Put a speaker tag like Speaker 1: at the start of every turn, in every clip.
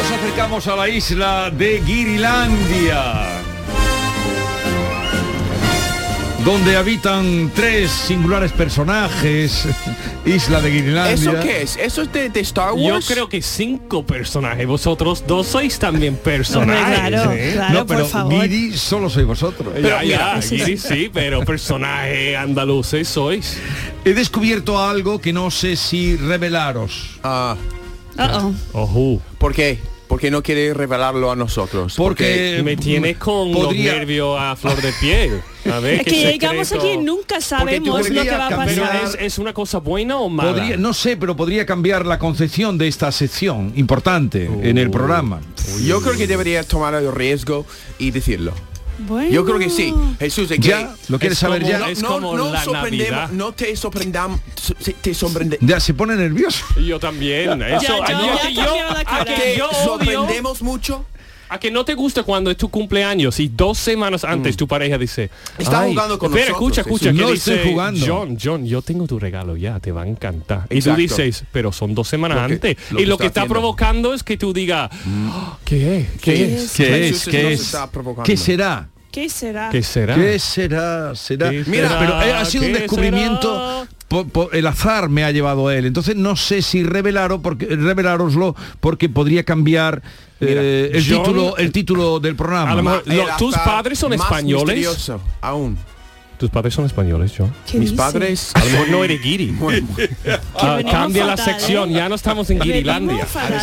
Speaker 1: Nos acercamos a la isla de Girilandia, donde habitan tres singulares personajes. Isla de Girilandia.
Speaker 2: ¿Eso qué es? ¿Eso es de, de Star
Speaker 3: Yo
Speaker 2: Wars?
Speaker 3: creo que cinco personajes. Vosotros dos sois también personajes. ¿eh?
Speaker 1: no, pero Giri solo soy vosotros.
Speaker 3: Pero mira, Giri sí, pero personaje andaluces sois.
Speaker 1: He descubierto algo que no sé si revelaros.
Speaker 2: Ah. ¿Por qué? Porque no quiere revelarlo a nosotros.
Speaker 1: Porque
Speaker 3: Me tienes con
Speaker 1: Podría-
Speaker 3: los nervios a flor de piel. A ver,
Speaker 4: Es
Speaker 3: ¿qué
Speaker 4: que llegamos
Speaker 3: secreto?
Speaker 4: aquí y nunca sabemos lo que
Speaker 1: podrías
Speaker 4: va a
Speaker 1: cambiar-
Speaker 4: pasar.
Speaker 3: Pero es, es una cosa buena o mala.
Speaker 1: Podría- no sé, pero podría cambiar la concepción de esta sección importante en el programa.
Speaker 2: Yo creo que deberías tomar el riesgo y decirlo. Yo creo que sí. Jesús, es que-
Speaker 1: Ya, lo quieres
Speaker 3: Es
Speaker 1: saber
Speaker 3: como-
Speaker 1: ya.
Speaker 3: es
Speaker 2: No,
Speaker 3: como
Speaker 2: no
Speaker 3: la
Speaker 2: sorprendemos-
Speaker 3: Navidad.
Speaker 2: no te sorprendamos, te sorprende-
Speaker 1: Ya se pone nervioso.
Speaker 3: Yo también. Eso,
Speaker 4: ya,
Speaker 3: no,
Speaker 4: ya
Speaker 3: que
Speaker 4: ha cambiado la
Speaker 3: a
Speaker 4: cara.
Speaker 3: que yo odio,
Speaker 2: sorprendemos mucho.
Speaker 3: a que no te gusta cuando es tu cumpleaños y dos semanas antes tu pareja dice
Speaker 2: Mm. Está
Speaker 3: "Ay,
Speaker 2: jugando con
Speaker 3: espera,
Speaker 2: nosotros,
Speaker 3: escucha
Speaker 2: Jesús".
Speaker 3: escucha que
Speaker 1: No
Speaker 3: dice,
Speaker 1: estoy jugando.
Speaker 3: John John yo tengo tu regalo ya te va a encantar
Speaker 2: Exacto.
Speaker 3: y tú dices pero son dos semanas
Speaker 2: Lo que-
Speaker 3: antes
Speaker 2: lo
Speaker 3: y
Speaker 2: que
Speaker 3: lo que está
Speaker 2: está haciendo.
Speaker 3: provocando es que tú digas "Oh, qué es qué es
Speaker 1: ¿Qué
Speaker 2: Jesús
Speaker 1: es?
Speaker 2: nos
Speaker 1: ¿Qué es?
Speaker 2: está provocando.
Speaker 1: ¿Qué será?
Speaker 4: ¿Qué será?
Speaker 3: qué será
Speaker 1: ¿Qué será? ¿Será?
Speaker 3: ¿Qué
Speaker 1: Mira,
Speaker 3: será?
Speaker 1: pero eh, ha sido un
Speaker 3: ¿Qué
Speaker 1: descubrimiento.
Speaker 3: será?
Speaker 1: po- po- el azar me ha llevado a él. Entonces no sé si revelaros porque revelaroslo porque podría cambiar eh, el
Speaker 3: John-
Speaker 1: título el título del programa.
Speaker 3: A lo mejor-
Speaker 2: El
Speaker 3: Lo- ¿tus
Speaker 2: azar
Speaker 3: padres son
Speaker 2: más
Speaker 3: españoles?
Speaker 2: misterioso Aún.
Speaker 3: tus padres son españoles John
Speaker 4: ¿Qué
Speaker 2: Mis
Speaker 4: dice?
Speaker 2: padres.
Speaker 3: a lo mejor no eres guiri
Speaker 2: Bueno,
Speaker 3: Ah,
Speaker 4: venimos
Speaker 3: cambia la
Speaker 4: fatal, ¿eh?
Speaker 3: sección ya no estamos en
Speaker 4: Venimos
Speaker 3: guirilandia
Speaker 4: fatal.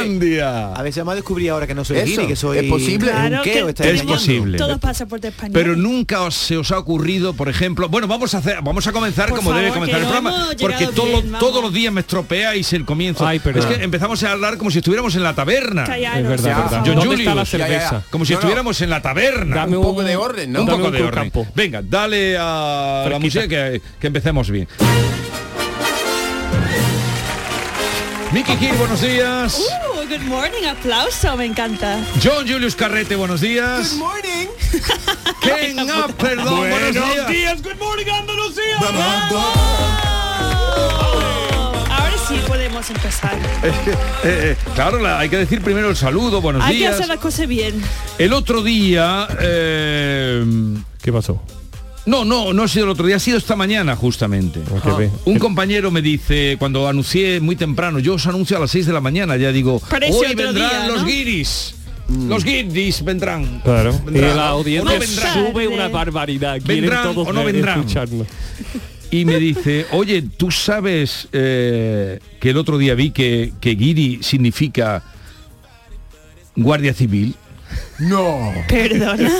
Speaker 1: Irlandia.
Speaker 5: A veces me ha descubierto ahora que no soy
Speaker 2: Eso,
Speaker 5: guiri, que soy
Speaker 2: es posible.
Speaker 5: un
Speaker 4: Claro
Speaker 5: queo,
Speaker 4: que
Speaker 1: este
Speaker 5: está
Speaker 4: tenemos
Speaker 5: bien.
Speaker 1: posible.
Speaker 4: todos pasaportes españoles.
Speaker 1: Pero nunca os- se os ha ocurrido, por ejemplo, bueno, vamos a hacer, vamos a comenzar
Speaker 4: Por
Speaker 1: como debe
Speaker 4: favor,
Speaker 1: comenzar
Speaker 4: que
Speaker 1: el
Speaker 4: no
Speaker 1: programa,
Speaker 4: hemos
Speaker 1: porque
Speaker 4: llegado
Speaker 1: todo-
Speaker 4: bien, vamos.
Speaker 1: todos los días me estropeáis el comienzo.
Speaker 3: Ay, perdón.
Speaker 1: Es que empezamos a hablar como si estuviéramos en la taberna,
Speaker 4: Callaros,
Speaker 3: es verdad,
Speaker 4: por
Speaker 3: verdad.
Speaker 4: favor.
Speaker 1: Yo-
Speaker 3: dónde
Speaker 1: Julius,
Speaker 3: está la
Speaker 2: ya,
Speaker 1: ya,
Speaker 2: ya.
Speaker 3: cerveza
Speaker 1: como si
Speaker 2: No, no.
Speaker 1: estuviéramos en la taberna.
Speaker 3: Dame
Speaker 2: un poco de orden, ¿no?
Speaker 1: Un
Speaker 3: Dame
Speaker 1: poco de orden.
Speaker 3: cruzcampo.
Speaker 1: Venga, dale a la
Speaker 3: Fresquita.
Speaker 1: música que, que empecemos bien. Nicky King, buenos días.
Speaker 4: Uh, good morning, aplauso, me encanta.
Speaker 1: John Julius Carrete, buenos días.
Speaker 2: Good morning.
Speaker 1: Ken Up, perdón, buenos días.
Speaker 3: good morning Andalucía.
Speaker 4: Ahora sí podemos empezar.
Speaker 1: Eh, eh, claro, la- hay que decir primero el saludo, buenos
Speaker 4: Hay que
Speaker 1: días.
Speaker 4: hacer la cosa bien.
Speaker 1: El otro día, eh,
Speaker 3: ¿Qué pasó?
Speaker 1: no, no, no ha sido el otro día, ha sido esta mañana justamente.
Speaker 3: Ah, ¿Qué ve?
Speaker 1: Un compañero me dice, cuando anuncié muy temprano, yo os anuncio a las 6 de la mañana, ya digo,
Speaker 4: Parece
Speaker 1: hoy
Speaker 4: otro
Speaker 1: vendrán
Speaker 4: día,
Speaker 1: los
Speaker 4: ¿no?
Speaker 1: guiris. Los guiris vendrán.
Speaker 3: Claro. Y
Speaker 1: Vendrán.
Speaker 3: Eh, la audiencia
Speaker 1: No vendrán.
Speaker 3: sube
Speaker 4: Tarde.
Speaker 3: una barbaridad. Quieren
Speaker 1: Vendrán
Speaker 3: todos
Speaker 1: o no vendrán.
Speaker 3: escucharnos.
Speaker 1: Y me dice, oye, tú sabes eh, que el otro día vi que, que guiri significa guardia civil.
Speaker 2: No,
Speaker 4: Perdona.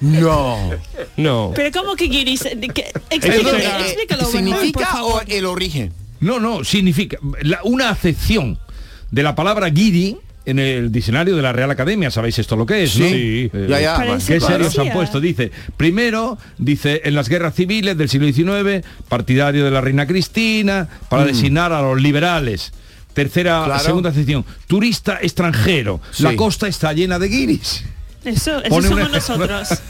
Speaker 2: no.
Speaker 3: No.
Speaker 4: Pero como que guiris, de que-
Speaker 1: Eso
Speaker 4: explícalo,
Speaker 1: era-
Speaker 4: explícalo, Manuel, por
Speaker 2: eh, ¿Significa
Speaker 4: favor.
Speaker 2: o el origen?
Speaker 1: No, no, significa la- una acepción de la palabra guiri en el diccionario de la Real Academia, ¿sabéis esto lo que es?
Speaker 2: Sí.
Speaker 1: no?
Speaker 3: Sí.
Speaker 1: Eh,
Speaker 2: Ya, ya.
Speaker 4: Parece
Speaker 1: Qué serios
Speaker 4: poesía.
Speaker 1: han puesto, dice. Primero, dice, en las guerras civiles del siglo XIX, partidario de la reina Cristina, para designar a los liberales. Tercera,
Speaker 2: Mm. Claro.
Speaker 1: segunda acepción, turista extranjero. La
Speaker 2: Sí.
Speaker 1: costa está llena de guiris.
Speaker 4: Eso, eso
Speaker 1: Pone un
Speaker 4: somos
Speaker 1: ejemplo.
Speaker 4: nosotros.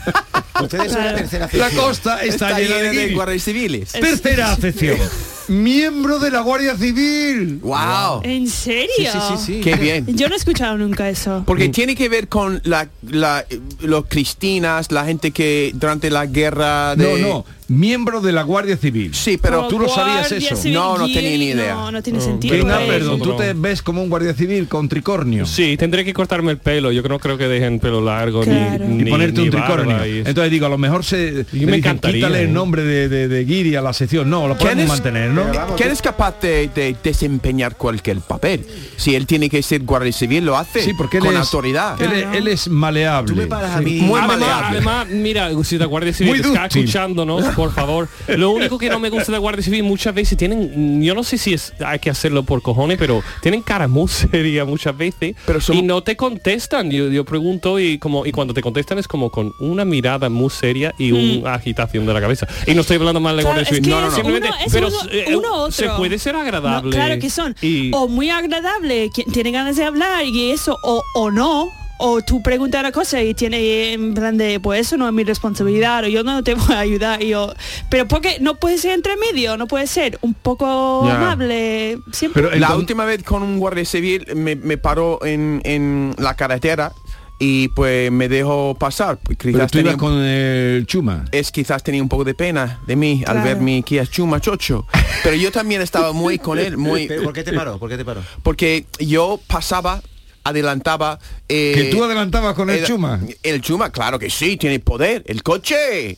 Speaker 5: Ustedes son la tercera
Speaker 1: La
Speaker 5: sección.
Speaker 1: costa está, llena, de guiris.
Speaker 2: guardias civiles.
Speaker 1: Tercera acepción, miembro de la Guardia Civil.
Speaker 2: Wow.
Speaker 4: ¿En serio?
Speaker 5: Sí, sí, sí, sí.
Speaker 2: Qué bien.
Speaker 4: Yo no he escuchado nunca eso.
Speaker 1: Mm.
Speaker 2: Porque tiene que ver con la, la- los cristinas, la gente que durante la guerra de...
Speaker 1: No, no, miembro de la Guardia Civil.
Speaker 2: Sí, pero
Speaker 1: tú no sabías
Speaker 4: Oh, Guardia
Speaker 1: eso.
Speaker 4: Civil
Speaker 2: No, no tenía ni
Speaker 4: Guiri,
Speaker 2: idea.
Speaker 4: No, no tiene
Speaker 3: Mm.
Speaker 4: sentido.
Speaker 3: Qué
Speaker 1: Venga,
Speaker 3: Pues,
Speaker 1: perdón, tú
Speaker 3: otro.
Speaker 1: te ves como un guardia civil con tricornio.
Speaker 3: Sí, tendré que cortarme el pelo. Yo no creo que dejen pelo largo ni-
Speaker 4: Claro.
Speaker 3: ni,
Speaker 1: Y ponerte
Speaker 3: ni
Speaker 1: un
Speaker 3: barba
Speaker 1: tricornio.
Speaker 3: y eso.
Speaker 1: Entonces digo, a lo mejor se
Speaker 3: Y
Speaker 1: le
Speaker 3: me
Speaker 1: dicen,
Speaker 3: encantaría,
Speaker 1: quítale
Speaker 3: ¿eh?
Speaker 1: el nombre de, de, de Guiri a la sección. No, lo podemos
Speaker 2: es-
Speaker 1: mantener, ¿no?
Speaker 5: Pero vamos,
Speaker 2: ¿Quién
Speaker 5: tú-
Speaker 2: es capaz de, de desempeñar cualquier papel? Si él tiene que ser guardia civil, lo hace
Speaker 1: Sí, porque él
Speaker 2: con
Speaker 1: es,
Speaker 2: autoridad.
Speaker 1: Él, es- él es maleable.
Speaker 5: Tú me paras a
Speaker 1: Sí.
Speaker 5: mí.
Speaker 2: Muy
Speaker 3: además,
Speaker 2: maleable.
Speaker 3: además, mira, si la Guardia Civil
Speaker 1: Muy
Speaker 3: está
Speaker 1: dúctil.
Speaker 3: escuchándonos, por favor. Lo único que no me gusta de la Guardia Civil muchas veces tienen, yo no sé si es, hay que hacerlo por cojones, pero tienen cara muy seria muchas veces
Speaker 2: Pero son-
Speaker 3: y no te contestan. Yo, yo pregunto y como y cuando te contestan es como con una mirada muy seria y una agitación de la cabeza. Y no estoy hablando mal de la
Speaker 4: Mm. Claro,
Speaker 3: Guardia
Speaker 4: es
Speaker 3: Civil.
Speaker 4: que es
Speaker 3: Simplemente,
Speaker 4: uno- es
Speaker 3: pero
Speaker 4: uno-
Speaker 3: eh,
Speaker 4: uno otro.
Speaker 3: se puede ser agradable.
Speaker 4: No, claro que son.
Speaker 3: y-
Speaker 4: O muy agradable, que tiene ganas de hablar y eso, o, o no. O tú preguntas la cosa y tiene en plan de, pues eso no es mi responsabilidad, o yo no te voy a ayudar, y yo, pero porque no puede ser entre medio, no puede ser un poco
Speaker 1: Ya.
Speaker 4: amable, siempre.
Speaker 1: Pero
Speaker 2: la
Speaker 1: entonces-
Speaker 2: última vez con un guardia civil me, me paró en, en la carretera y pues me dejó pasar. Pues, Quizás
Speaker 1: pero tú
Speaker 2: tenía
Speaker 1: ibas
Speaker 2: un-
Speaker 1: con el Chuma.
Speaker 2: es quizás tenía un poco de pena de mí
Speaker 4: Claro.
Speaker 2: al ver mi Kia Chuma Chocho. Pero yo también estaba muy con él, muy
Speaker 5: Pero, ¿Por qué te paró? ¿Por qué te paró?
Speaker 2: porque yo pasaba, adelantaba. eh,
Speaker 1: que tú adelantabas con el
Speaker 2: eh,
Speaker 1: Chuma.
Speaker 2: El Chuma, claro que sí, tiene poder. El coche.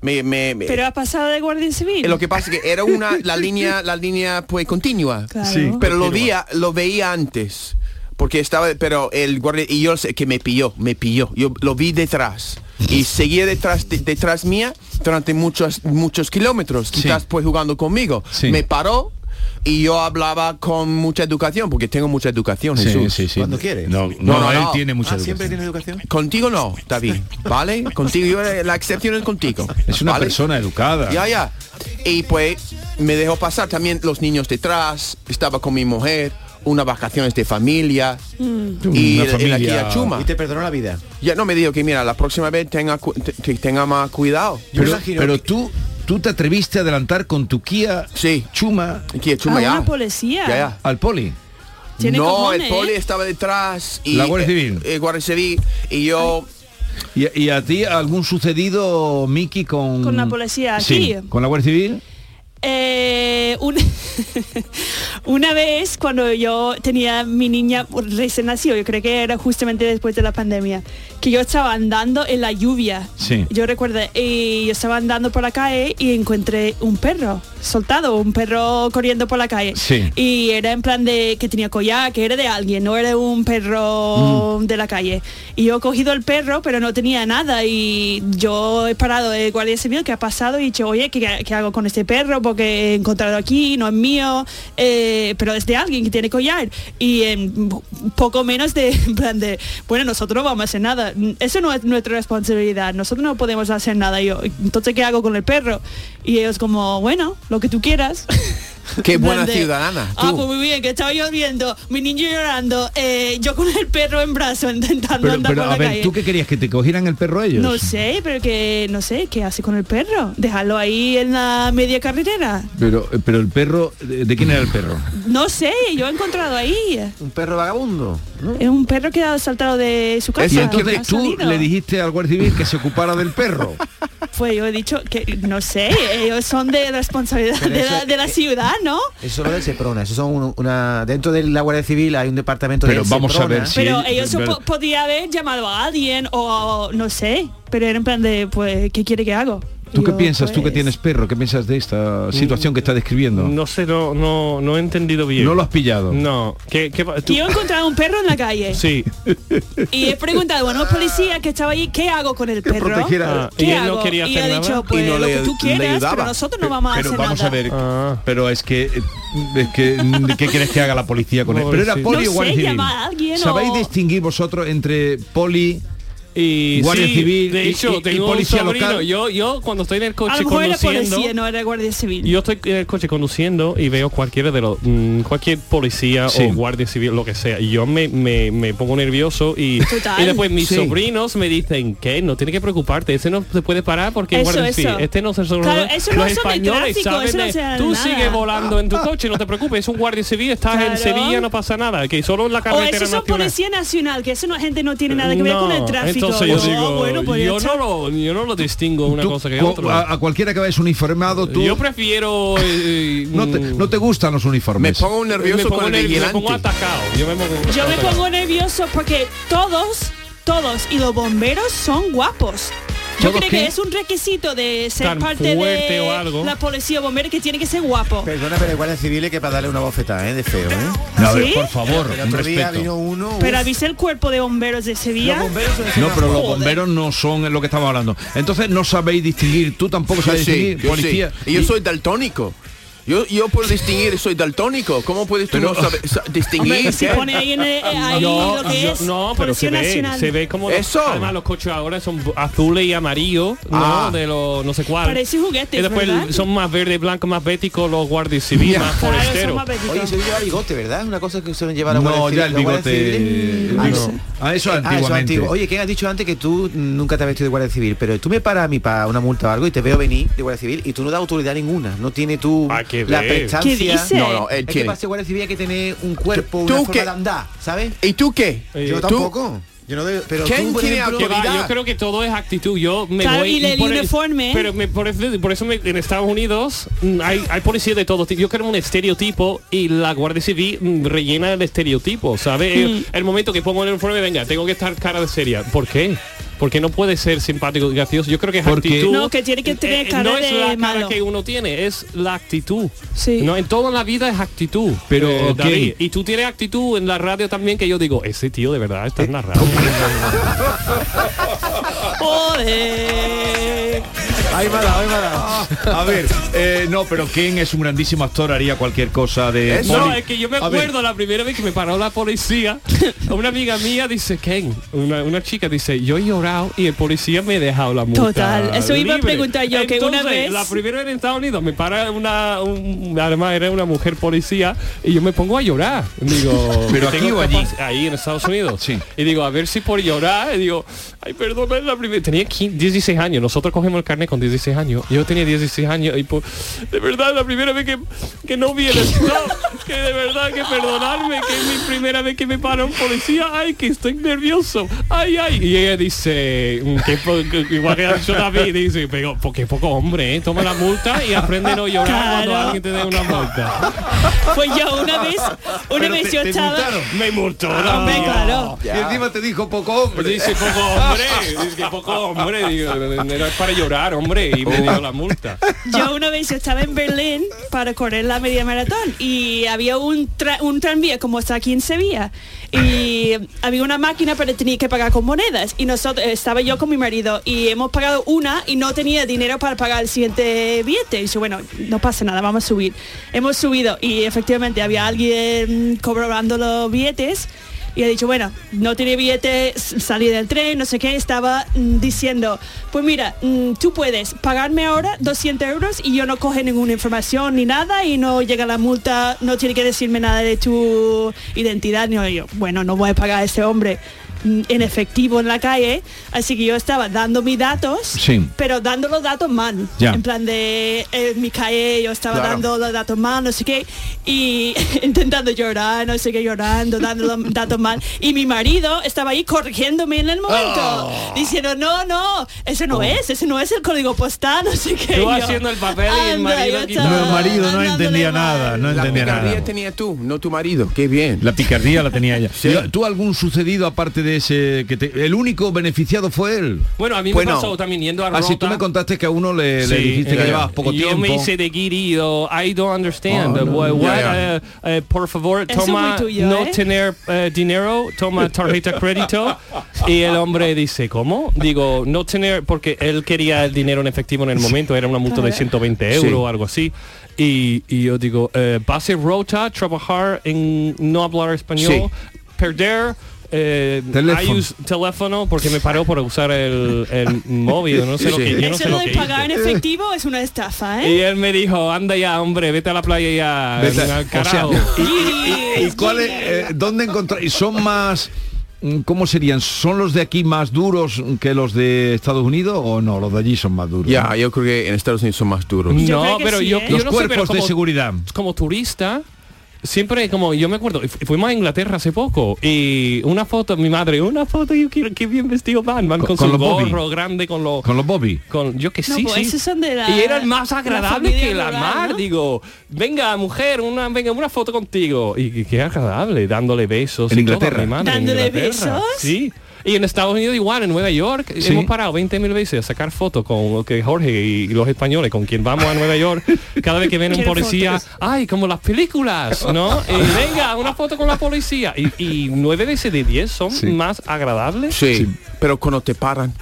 Speaker 2: Me, me- me-
Speaker 4: Pero ha pasado de Guardia Civil.
Speaker 2: Eh, lo que pasa es que era una la línea la línea pues continua
Speaker 4: Claro. Sí,
Speaker 2: pero lo veía lo veía antes porque estaba pero el guardia y yo sé que me pilló me pilló yo lo vi detrás y seguía detrás de- detrás mía durante muchos muchos kilómetros quizás pues jugando conmigo
Speaker 1: Sí.
Speaker 2: me paró y yo hablaba con mucha educación porque tengo mucha educación Jesús.
Speaker 5: Cuando quieres.
Speaker 1: No, no,
Speaker 2: No, no,
Speaker 1: él
Speaker 2: no.
Speaker 1: tiene mucha
Speaker 5: Ah, ¿Siempre
Speaker 1: educación.
Speaker 5: tienes educación?
Speaker 2: contigo no David vale contigo yo, eh, la excepción es contigo
Speaker 1: Es una
Speaker 2: ¿vale?
Speaker 1: persona educada.
Speaker 2: Ya, ya. Y pues me dejó pasar también los niños detrás, estaba con mi mujer, unas vacaciones de familia y
Speaker 1: Mm. Una
Speaker 2: el- el aquí a
Speaker 1: familia-
Speaker 2: Chuma.
Speaker 5: Y te perdonó la vida.
Speaker 2: Ya no me dijo que mira, la próxima vez tenga cu- te- que tenga más cuidado.
Speaker 5: Yo
Speaker 1: Pero,
Speaker 5: imagino
Speaker 1: pero
Speaker 5: que-
Speaker 1: tú, tú te atreviste a adelantar con tu Kia
Speaker 2: Sí.
Speaker 1: Chuma
Speaker 2: Aquí a Chuma
Speaker 4: Ah,
Speaker 2: ya.
Speaker 4: una policía.
Speaker 2: Ya, ya.
Speaker 1: al poli.
Speaker 4: Tiene
Speaker 2: no,
Speaker 4: cojones,
Speaker 2: el poli
Speaker 4: ¿eh?
Speaker 2: estaba detrás y
Speaker 1: La Guardia Civil.
Speaker 2: eh, eh, Guardia Civil y yo
Speaker 1: ¿Y, y a ti algún sucedido, Miki, con...
Speaker 4: Con la policía
Speaker 1: Sí,
Speaker 4: aquí.
Speaker 1: con la Guardia Civil.
Speaker 4: Eh, un- una vez cuando yo tenía mi niña recién nacido, yo creo que era justamente después de la pandemia, que yo estaba andando en la lluvia.
Speaker 1: Sí.
Speaker 4: Yo recuerdo, y yo estaba andando por la calle y encontré un perro soltado, un perro corriendo por la calle.
Speaker 1: Sí.
Speaker 4: Y era en plan de que tenía collar, que era de alguien, no era un perro de la calle. Y yo he cogido el perro, pero no tenía nada. Y yo he parado de Guardia Civil, que ha pasado, y he dicho, oye, ¿qué, qué hago con este perro? Porque he encontrado aquí, no es mío, eh, pero es de alguien que tiene collar. Y en po- poco menos de, en plan de, bueno, nosotros no vamos a hacer nada. Eso no es nuestra responsabilidad. Nosotros no podemos hacer nada. Y yo, entonces, ¿qué hago con el perro? Y ellos como, bueno, lo que tú quieras.
Speaker 2: qué buena
Speaker 4: Grande.
Speaker 2: ciudadana.
Speaker 4: Ah,
Speaker 2: tú.
Speaker 4: pues muy bien, que estaba lloviendo, mi niño llorando, eh, yo con el perro en brazo intentando
Speaker 1: Pero,
Speaker 4: andar
Speaker 1: pero,
Speaker 4: por
Speaker 1: a
Speaker 4: la
Speaker 1: ver,
Speaker 4: calle.
Speaker 1: ¿tú qué querías? ¿Que te cogieran el perro ellos?
Speaker 4: No sé, pero que no sé, ¿qué hace con el perro? ¿Dejarlo ahí en la media carretera?
Speaker 1: Pero, pero el perro, ¿de de quién era el perro?
Speaker 4: No sé, yo he encontrado ahí.
Speaker 5: Un perro vagabundo. ¿no?
Speaker 4: Es un perro que ha saltado de su casa.
Speaker 1: Y
Speaker 4: ha
Speaker 1: entonces tú
Speaker 4: salido.
Speaker 1: le dijiste al Guardia Civil que se ocupara del perro.
Speaker 4: Pues yo he dicho que, no sé, ellos son de responsabilidad
Speaker 5: Pero
Speaker 4: de
Speaker 5: eso-
Speaker 4: la, de la ciudad, ¿no?
Speaker 5: Eso no es del Seprona, eso son un- una dentro de la Guardia Civil hay un departamento
Speaker 1: Pero
Speaker 5: del
Speaker 1: vamos a
Speaker 6: Ah,
Speaker 5: Seprona.
Speaker 1: ver si-
Speaker 4: Pero
Speaker 1: Sí,
Speaker 4: ellos
Speaker 1: pero-
Speaker 4: po- podía haber llamado a alguien o no sé, pero era en plan de, pues, ¿qué quiere que hago?
Speaker 1: ¿Tú qué
Speaker 4: Yo,
Speaker 1: piensas? Tú que
Speaker 4: pues,
Speaker 1: tienes perro, ¿qué piensas de esta situación que está describiendo? No,
Speaker 3: No sé, no, no, no he entendido bien.
Speaker 1: lo has pillado.
Speaker 3: No. ¿Qué, qué va- tú-
Speaker 4: que yo he encontrado un perro en la calle
Speaker 3: Sí.
Speaker 4: y he preguntado a unos policías que estaba allí, ¿qué hago con el perro?
Speaker 1: protegiera.
Speaker 3: Ah,
Speaker 4: ¿Qué
Speaker 3: y él
Speaker 4: hago?
Speaker 3: no quería
Speaker 4: y
Speaker 3: hacer
Speaker 4: ha
Speaker 3: nada.
Speaker 4: dicho, pues,
Speaker 2: Y no
Speaker 4: lo
Speaker 2: le-
Speaker 4: que tú
Speaker 2: le
Speaker 4: quieras, pero
Speaker 2: ayudaba.
Speaker 4: nosotros no vamos a
Speaker 1: Pero
Speaker 4: hacer
Speaker 1: vamos
Speaker 4: nada.
Speaker 1: a ver.
Speaker 3: Ah.
Speaker 1: Pero es que eh, es que mm, ¿qué quieres que haga la policía con él? Pero era
Speaker 3: Pobrecito.
Speaker 1: poli
Speaker 4: No
Speaker 1: o guardia
Speaker 4: sé,
Speaker 1: civil.
Speaker 4: llama a alguien
Speaker 1: ¿Sabéis
Speaker 4: o-
Speaker 1: distinguir vosotros entre poli?
Speaker 3: Y
Speaker 1: Guardia
Speaker 3: sí,
Speaker 1: Civil
Speaker 3: de
Speaker 1: y-
Speaker 3: hecho,
Speaker 1: y- y
Speaker 3: tengo
Speaker 1: policía
Speaker 3: un sobrino.
Speaker 1: local.
Speaker 3: Yo, yo cuando estoy en el
Speaker 4: A
Speaker 3: coche
Speaker 4: lo mejor era
Speaker 3: conduciendo,
Speaker 4: policía, no era guardia civil.
Speaker 3: yo estoy en el coche conduciendo y veo cualquiera de los mm, cualquier policía
Speaker 1: Sí.
Speaker 3: o guardia civil, lo que sea. Y yo me, me, me pongo nervioso y,
Speaker 4: Total.
Speaker 3: y después mis
Speaker 1: Sí.
Speaker 3: sobrinos me dicen que no tiene que preocuparte, este no se puede parar porque es
Speaker 4: Eso,
Speaker 3: guardia civil.
Speaker 4: eso.
Speaker 3: Este no se
Speaker 4: Claro, eso no
Speaker 3: los
Speaker 4: son de
Speaker 3: españoles
Speaker 4: tráfico,
Speaker 3: saben
Speaker 4: eso no
Speaker 3: de-
Speaker 4: se hace
Speaker 3: tú
Speaker 4: nada. Oh.
Speaker 3: sigues volando en tu coche, no te preocupes, es un guardia civil, estás
Speaker 4: Claro.
Speaker 3: en Sevilla, no pasa nada, que solo en la
Speaker 4: o
Speaker 3: carretera
Speaker 4: eso son
Speaker 3: nacional.
Speaker 4: policía nacional, que eso no, gente no tiene nada que ver
Speaker 3: No,
Speaker 4: con el tráfico
Speaker 3: Entonces yo
Speaker 4: No,
Speaker 3: digo,
Speaker 4: bueno, podría
Speaker 3: yo,
Speaker 4: estar-
Speaker 3: no lo, yo no lo distingo una
Speaker 1: Tú,
Speaker 3: cosa que
Speaker 1: co-
Speaker 3: otra.
Speaker 1: a, a cualquiera que vayas uniformado, tú
Speaker 3: Yo prefiero... eh,
Speaker 1: no, te,
Speaker 3: mm,
Speaker 1: no te gustan los
Speaker 2: Me
Speaker 1: uniformes.
Speaker 2: pongo
Speaker 3: me
Speaker 2: nervioso
Speaker 3: pongo
Speaker 2: con el
Speaker 3: nervio- me
Speaker 2: vigilante.
Speaker 3: pongo atacado. Yo me pongo,
Speaker 4: Yo me
Speaker 3: atacado.
Speaker 4: pongo nervioso porque todos, todos y los bomberos son guapos. Yo
Speaker 1: ¿Todos
Speaker 4: creo
Speaker 1: qué?
Speaker 4: que es un requisito de ser
Speaker 3: Tan
Speaker 4: parte
Speaker 3: fuerte
Speaker 4: de
Speaker 3: o algo.
Speaker 4: la policía bombera que tiene que ser guapo.
Speaker 5: Perdona, pero hay guardias civiles que para darle una bofetada, ¿eh? De feo, ¿eh?
Speaker 1: No, a ver,
Speaker 4: ¿Sí?
Speaker 1: por favor,
Speaker 5: El
Speaker 1: un
Speaker 5: otro día
Speaker 1: respeto.
Speaker 5: vino uno...
Speaker 4: Pero
Speaker 5: uf,
Speaker 4: avisa el cuerpo de bomberos de
Speaker 5: los
Speaker 4: Sevilla.
Speaker 5: bomberos son
Speaker 1: No, pero los
Speaker 5: Joder.
Speaker 1: bomberos no son en lo que estamos hablando. Entonces no sabéis distinguir, tú tampoco
Speaker 2: Yo
Speaker 1: sabes
Speaker 2: sí,
Speaker 1: distinguir,
Speaker 2: yo
Speaker 1: policía.
Speaker 2: sí. Y yo soy daltónico. Yo, yo puedo distinguir, soy daltónico. ¿Cómo puedes tú no
Speaker 1: Pero-
Speaker 2: saber- sa- distinguir?
Speaker 4: Hombre, si
Speaker 2: ¿Qué?
Speaker 4: pone ahí, en el- eh, ahí
Speaker 3: Yo-
Speaker 4: lo que
Speaker 3: yo-
Speaker 4: es
Speaker 3: no, pero se
Speaker 4: Policía
Speaker 3: ve,
Speaker 4: Nacional.
Speaker 3: se ve como los-
Speaker 2: Eso.
Speaker 3: además los coches ahora son bu- azules y amarillos,
Speaker 2: Ah.
Speaker 3: ¿no? De los no sé cuál.
Speaker 4: Parece juguete,
Speaker 3: Y después
Speaker 4: ¿verdad?
Speaker 3: son más verde y blanco, más béticos los guardias civiles, más
Speaker 4: Claro, son
Speaker 3: foresteros.
Speaker 4: más betitos.
Speaker 5: Oye, en Sevilla lleva bigote, ¿verdad? Es una cosa que suelen llevar a
Speaker 1: No, ya el bigote.
Speaker 4: Ah,
Speaker 1: no.
Speaker 4: sí.
Speaker 1: A eso
Speaker 5: ¿eh? Ah, eso es
Speaker 1: antiguamente.
Speaker 5: antiguo. Oye, ¿quién has dicho antes que tú nunca te has vestido de guardia civil? Pero tú me paras a mí para una multa o algo y te veo venir de guardia civil y tú no das autoridad ninguna. No tiene tú
Speaker 3: Ah, qué
Speaker 5: la
Speaker 3: bien.
Speaker 5: prestancia.
Speaker 4: ¿Qué dice?
Speaker 2: No,
Speaker 7: eh,
Speaker 2: no, él
Speaker 5: Es que
Speaker 2: tiene.
Speaker 5: para ser guardia civil hay que tener un
Speaker 2: ¿Tú
Speaker 5: cuerpo, una forma
Speaker 2: qué?
Speaker 5: de andar, ¿sabes?
Speaker 2: ¿Y tú qué? ¿Tú?
Speaker 5: Yo tampoco. Yo no de- pero
Speaker 2: ¿Quién
Speaker 5: tú, por
Speaker 2: tiene
Speaker 5: ejemplo,
Speaker 3: Que va,
Speaker 2: autoridad?
Speaker 3: yo creo que todo es actitud. Yo me
Speaker 4: Claro,
Speaker 3: voy
Speaker 4: y el
Speaker 3: por
Speaker 4: uniforme.
Speaker 3: Pero me parece- por eso me- en Estados Unidos mm, hay, hay policía de todo tipo. Yo creo un estereotipo y la Guardia Civil mm, rellena el estereotipo, ¿sabes?
Speaker 4: Mm.
Speaker 3: El, el momento que pongo el uniforme, venga, tengo que estar cara de seria. ¿Por qué? Porque no puede ser simpático y gracioso. Yo creo que es
Speaker 1: Porque-
Speaker 3: actitud. Eh,
Speaker 4: No, que tiene que tener cara
Speaker 3: no es
Speaker 4: de
Speaker 3: la cara
Speaker 4: malo.
Speaker 3: que uno tiene, es la actitud.
Speaker 4: Sí.
Speaker 3: No, en toda la vida es actitud. Eh,
Speaker 1: Pero, ok.
Speaker 3: David, y tú tienes actitud en la radio también que yo digo, ese tío de verdad está en la radio.
Speaker 4: Joder.
Speaker 5: Ahí me ha dado, ahí me ha dado.
Speaker 1: Ah, A ver, eh, no, pero Ken es un grandísimo actor, haría cualquier cosa de...
Speaker 2: Eso.
Speaker 3: No,
Speaker 1: poli-
Speaker 3: es que yo me
Speaker 1: A ver,
Speaker 3: acuerdo la primera vez que me paró la policía, una amiga mía dice, Ken, una, una chica dice, yo he llorado y el policía me ha dejado la multa
Speaker 4: Total, eso iba a
Speaker 3: libre".
Speaker 4: preguntar yo, que una
Speaker 3: Entonces,
Speaker 4: vez-
Speaker 3: La primera vez en Estados Unidos me para una, un- además era una mujer policía y yo me pongo a llorar. Digo,
Speaker 1: ¿Pero aquí
Speaker 3: "Tengo
Speaker 1: o allí?"
Speaker 3: capac- Ahí en Estados Unidos.
Speaker 1: Sí.
Speaker 3: Y digo, a ver si por llorar, y digo, ay, perdón, es la primera. Tenía 15, 16 años, nosotros cogemos el carnet con 16 años. Yo tenía 16 años y por, de verdad la primera vez que, que no vi el stop, que de verdad que perdonarme, que es mi primera vez que me para un policía, ay, que estoy nervioso, Ah. ay, ay. Y ella dice, mm, que, po- que- igual que ha dicho David, dice, pero porque poco hombre, ¿eh? toma la multa y aprende a no llorar cuando
Speaker 4: Claro.
Speaker 3: alguien te dé una multa.
Speaker 4: Pues yo una vez, una
Speaker 1: pero
Speaker 4: vez
Speaker 1: te-
Speaker 4: yo
Speaker 1: te
Speaker 4: estaba. Ah,
Speaker 1: multaron.
Speaker 3: Me multó la
Speaker 4: Hombre,
Speaker 3: tía.
Speaker 4: claro.
Speaker 1: Y encima te dijo poco hombre.
Speaker 3: Dice poco hombre, dice poco hombre, digo, no es para llorar, hombre, y me dio la multa.
Speaker 4: Yo una vez estaba en Berlín para correr la media maratón y había un, tra- un tranvía como está aquí en Sevilla y había una máquina pero tenía que pagar con monedas y nosotros estaba yo con mi marido y hemos pagado una y no tenía dinero para pagar el siguiente billete y dice bueno no pasa nada vamos a subir hemos subido y efectivamente había alguien cobrando los billetes y ha dicho, bueno, no tiene billete, s- salí del tren, no sé qué, estaba mm, diciendo, pues mira, mm, tú puedes pagarme ahora 200 euros y yo no coge ninguna información ni nada y no llega la multa, no tiene que decirme nada de tu identidad, ni yo, bueno, no voy a pagar a ese hombre mm, en efectivo en la calle, así que yo estaba dando mis datos,
Speaker 1: Sí.
Speaker 4: pero dando los datos mal,
Speaker 1: Ya.
Speaker 4: en plan de eh, mi calle, yo estaba
Speaker 2: Claro.
Speaker 4: dando los datos mal, no sé qué, y intentando llorar, no sé qué, llorando, dando los datos mal. Y mi marido estaba ahí corrigiéndome en el momento, diciendo, no, no, ese no es, ese no es el código postal, no sé qué.
Speaker 3: Tú
Speaker 4: Yo,
Speaker 3: haciendo el papel y el
Speaker 4: anda,
Speaker 3: marido
Speaker 4: yo
Speaker 3: quitando.
Speaker 4: estaba
Speaker 1: No, el marido no
Speaker 4: dándole
Speaker 1: entendía
Speaker 4: mal.
Speaker 1: nada, no
Speaker 2: La
Speaker 1: entendía nada.
Speaker 2: picardía tenía tú, no tu marido. Qué bien.
Speaker 1: La picardía la tenía ella. Yo- ¿Tú algún sucedido aparte de ese que te- el único beneficiado fue él?
Speaker 3: Bueno, a mí
Speaker 2: Bueno,
Speaker 3: me pasó también yendo a Rota.
Speaker 1: Así ah, tú me contaste que a uno le, le
Speaker 3: Sí,
Speaker 1: dijiste que
Speaker 3: eh,
Speaker 1: llevabas poco
Speaker 3: yo
Speaker 1: tiempo.
Speaker 3: me hice de guiri, though, I don't understand.
Speaker 1: Oh, no.
Speaker 3: Wha- what,
Speaker 2: Ya, ya.
Speaker 3: eh, eh, por favor,
Speaker 4: Eso es
Speaker 3: toma
Speaker 4: muy tuyo,
Speaker 3: no
Speaker 4: ¿eh?
Speaker 3: tener eh, dinero, toma tarjeta crédito. y el hombre dice, ¿cómo? Digo, no tener, porque él quería el dinero en efectivo en el momento, era una multa de 120 euros
Speaker 2: Sí.
Speaker 3: o algo así. Y, y yo digo, eh, base rota, trabajar en no hablar español, perder... eh,
Speaker 1: Teléfono.
Speaker 3: I use teléfono porque me paró por usar el, el móvil no sé lo
Speaker 2: Sí.
Speaker 3: que yo no
Speaker 4: Eso
Speaker 3: sé
Speaker 4: lo
Speaker 3: lo
Speaker 4: de
Speaker 3: que hice.
Speaker 4: pagar en efectivo es una estafa,
Speaker 3: Y
Speaker 4: ¿eh?
Speaker 3: él me dijo, anda ya, hombre, vete a la playa ya.
Speaker 1: Vete a-
Speaker 3: al
Speaker 1: o sea,
Speaker 3: carajo".
Speaker 1: ¿Y cuál es, eh, dónde encontrar? ¿Y son más, mm, cómo serían? ¿Son los de aquí más duros que los de Estados Unidos o no? Los de allí son más duros.
Speaker 2: Ya, yo creo que en Estados Unidos son más duros.
Speaker 4: Yo
Speaker 3: no,
Speaker 4: creo que
Speaker 3: pero
Speaker 4: sí,
Speaker 3: yo,
Speaker 4: ¿eh?
Speaker 3: yo
Speaker 1: Los
Speaker 3: no sé,
Speaker 1: cuerpos
Speaker 3: pero como,
Speaker 1: de seguridad.
Speaker 3: como turista, siempre como, yo me acuerdo, fu- fuimos a Inglaterra hace poco y una foto, mi madre, una foto, yo quiero, qué bien vestido van, van
Speaker 1: Con-
Speaker 3: con,
Speaker 1: con
Speaker 3: su
Speaker 1: los bobby.
Speaker 3: gorro grande, con los...
Speaker 1: Con los Bobby.
Speaker 3: Con, yo que
Speaker 4: No,
Speaker 3: sí,
Speaker 4: pues
Speaker 3: sí.
Speaker 4: esos son de la-
Speaker 3: y era el más
Speaker 4: la
Speaker 3: agradable
Speaker 4: familia
Speaker 3: que la
Speaker 4: rural,
Speaker 3: mar,
Speaker 4: ¿no?
Speaker 3: digo, venga mujer, una, venga, una foto contigo. Y, y qué agradable, dándole besos.
Speaker 1: En
Speaker 3: y todo a
Speaker 1: Inglaterra.
Speaker 3: mi madre, en
Speaker 4: ¿Dándole
Speaker 3: Inglaterra.
Speaker 4: besos?
Speaker 3: Sí. Y en Estados Unidos igual, en Nueva York,
Speaker 1: Sí.
Speaker 3: hemos parado 20.000 veces a sacar fotos con lo que Jorge y los españoles con quien vamos a Nueva York, cada vez que viene un
Speaker 4: Quiero
Speaker 3: policía,
Speaker 4: fotos.
Speaker 3: ay, como las películas, ¿no? Y venga, una foto con la policía. Y, y nueve veces de 10 son
Speaker 1: Sí.
Speaker 3: más agradables.
Speaker 2: Sí, pero cuando te paran.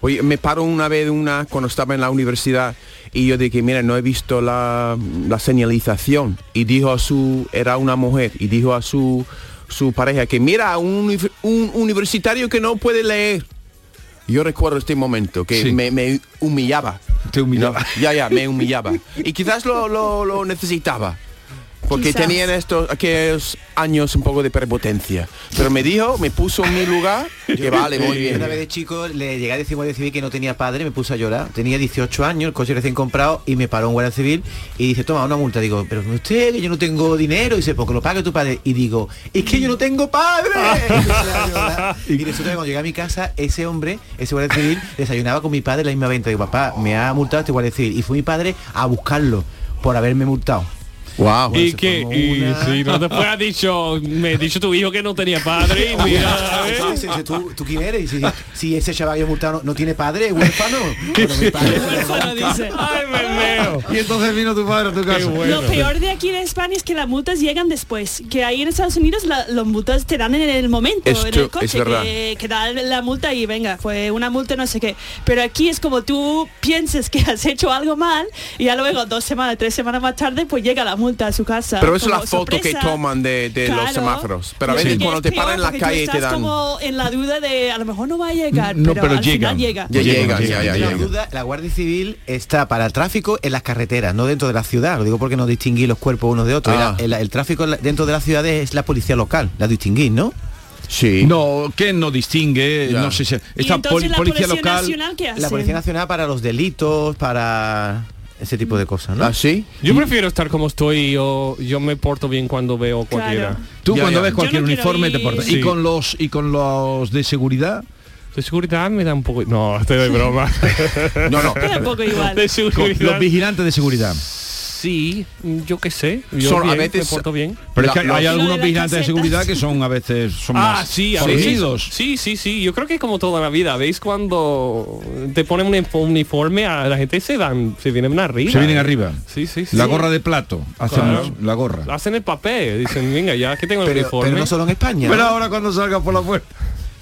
Speaker 2: Oye, me paró una vez una cuando estaba en la universidad y yo dije, mira, no he visto la, la señalización. Y dijo a su, era una mujer, y dijo a su, su pareja que mira, un, uni- un universitario que no puede leer. Yo recuerdo este momento que
Speaker 1: Sí.
Speaker 2: me, me humillaba.
Speaker 1: Te humillaba.
Speaker 2: Ya, ya, me humillaba. Y quizás lo, lo- lo necesitaba. Porque
Speaker 4: Quizás.
Speaker 2: tenían estos aquellos años un poco de prepotencia. Pero me dijo, me puso en mi lugar, que vale, muy
Speaker 6: Yo Una vez
Speaker 2: bien.
Speaker 6: de chico le llegué a decir a un guardia civil que no tenía padre, me puse a llorar. Tenía 18 años, el coche recién comprado y me paró un guardia civil y dice, toma una multa. Digo, pero usted, que yo no tengo dinero. Y dice, porque lo pague tu padre. Y digo, es que yo no tengo padre.
Speaker 2: Ah.
Speaker 6: Y, me puse a llorar. Y resulta que cuando llegué a mi casa, ese hombre, ese guardia civil, desayunaba con mi padre en la misma venta. Digo, papá, me ha multado este guardia civil. Y fue mi padre a buscarlo por haberme multado.
Speaker 2: Wow.
Speaker 3: Y
Speaker 6: se
Speaker 3: que,
Speaker 6: formó
Speaker 3: y
Speaker 6: una-
Speaker 3: sí, no, después ha dicho, me ha dicho tu hijo que no tenía padre y mira, ¿eh?
Speaker 6: Dice, Ah, dice, ¿tú, ¿Tú quién eres? Y dice, si ese chaval que he multado no, no tiene padre, es huérfano. Bueno, mi padre-
Speaker 4: Huérfano, dice.
Speaker 3: Ay, me meo.
Speaker 6: Y entonces vino tu padre a tu
Speaker 3: Qué bueno.
Speaker 4: Lo peor de aquí en España es que las multas llegan después. Que ahí en Estados Unidos la- las multas te dan en el momento,
Speaker 2: Es
Speaker 4: en
Speaker 2: true,
Speaker 4: el coche,
Speaker 2: es verdad.
Speaker 4: que, que da la multa y venga, fue una multa no sé qué. Pero aquí es como tú pienses que has hecho algo mal y ya luego dos semanas, tres semanas más tarde, pues llega la multa a su casa.
Speaker 2: Pero es
Speaker 4: como
Speaker 2: la foto que
Speaker 4: sorpresa.
Speaker 2: toman de, de los
Speaker 4: Claro.
Speaker 2: semáforos. Pero a
Speaker 4: Yo
Speaker 2: veces
Speaker 4: sé que
Speaker 2: cuando
Speaker 4: es
Speaker 2: te
Speaker 4: peor
Speaker 2: paran en la
Speaker 4: porque tú
Speaker 2: calle te
Speaker 4: estás
Speaker 2: dan...
Speaker 4: como en la duda de a lo mejor no va a llegar,
Speaker 1: No,
Speaker 4: pero,
Speaker 1: pero
Speaker 4: al
Speaker 1: llegan.
Speaker 4: final llega.
Speaker 2: Ya
Speaker 1: Llegan,
Speaker 2: llegan, ya,
Speaker 1: llegan,
Speaker 2: ya,
Speaker 6: Sin
Speaker 2: llegan.
Speaker 6: duda, la Guardia Civil está para el tráfico en las carreteras, no dentro de la ciudad. Lo digo porque no distinguí los cuerpos unos de otros.
Speaker 2: Ah.
Speaker 6: El, el tráfico en la- dentro de las ciudades es la policía local, la distinguís, ¿no?
Speaker 2: Sí.
Speaker 1: No, que no distingue,
Speaker 2: Ya.
Speaker 1: no sé si...
Speaker 4: Y
Speaker 1: Esta
Speaker 4: entonces
Speaker 1: poli-
Speaker 4: la
Speaker 1: policía
Speaker 4: Policía
Speaker 1: local...
Speaker 4: Nacional, ¿qué hace?
Speaker 6: La Policía Nacional para los delitos, para ese tipo de cosas, ¿no?
Speaker 2: ¿Ah, sí?
Speaker 3: Yo prefiero estar como estoy, yo, yo me porto bien cuando veo cualquiera.
Speaker 4: Claro.
Speaker 1: Tú
Speaker 2: Ya,
Speaker 1: cuando
Speaker 2: ya.
Speaker 1: ves
Speaker 4: Yo
Speaker 1: cualquier
Speaker 4: no quiero
Speaker 1: uniforme te
Speaker 4: ir.
Speaker 1: portas. Y
Speaker 3: Sí.
Speaker 1: con los y con los de seguridad,
Speaker 3: De seguridad me da un poco... No, estoy de broma.
Speaker 2: No, no.
Speaker 4: Pero un poco igual.
Speaker 3: de
Speaker 1: con los
Speaker 3: seguridad.
Speaker 1: vigilantes de seguridad.
Speaker 3: Sí, yo qué sé. Yo
Speaker 2: Son a
Speaker 3: bien, me
Speaker 2: veces-
Speaker 3: porto bien.
Speaker 1: Pero
Speaker 2: La-
Speaker 1: es que
Speaker 2: los-
Speaker 1: hay
Speaker 4: Y lo de
Speaker 1: algunos
Speaker 4: las
Speaker 1: vigilantes de
Speaker 4: casetas.
Speaker 1: seguridad que son a veces son
Speaker 3: Ah,
Speaker 1: más
Speaker 3: sí, a veces.
Speaker 1: fornidos.
Speaker 3: Sí, sí, sí. Yo creo que es como toda la vida. ¿Veis cuando te ponen un info- uniforme a la gente se dan, se vienen arriba?
Speaker 1: Se vienen arriba.
Speaker 3: Sí, sí, sí.
Speaker 1: La gorra de plato, hacemos
Speaker 3: Claro.
Speaker 1: la gorra.
Speaker 3: Hacen el papel, dicen, venga, ya que tengo el
Speaker 6: Pero,
Speaker 3: uniforme.
Speaker 6: pero no solo en España.
Speaker 1: Pero
Speaker 6: ¿no?
Speaker 1: ahora cuando salgas por la puerta.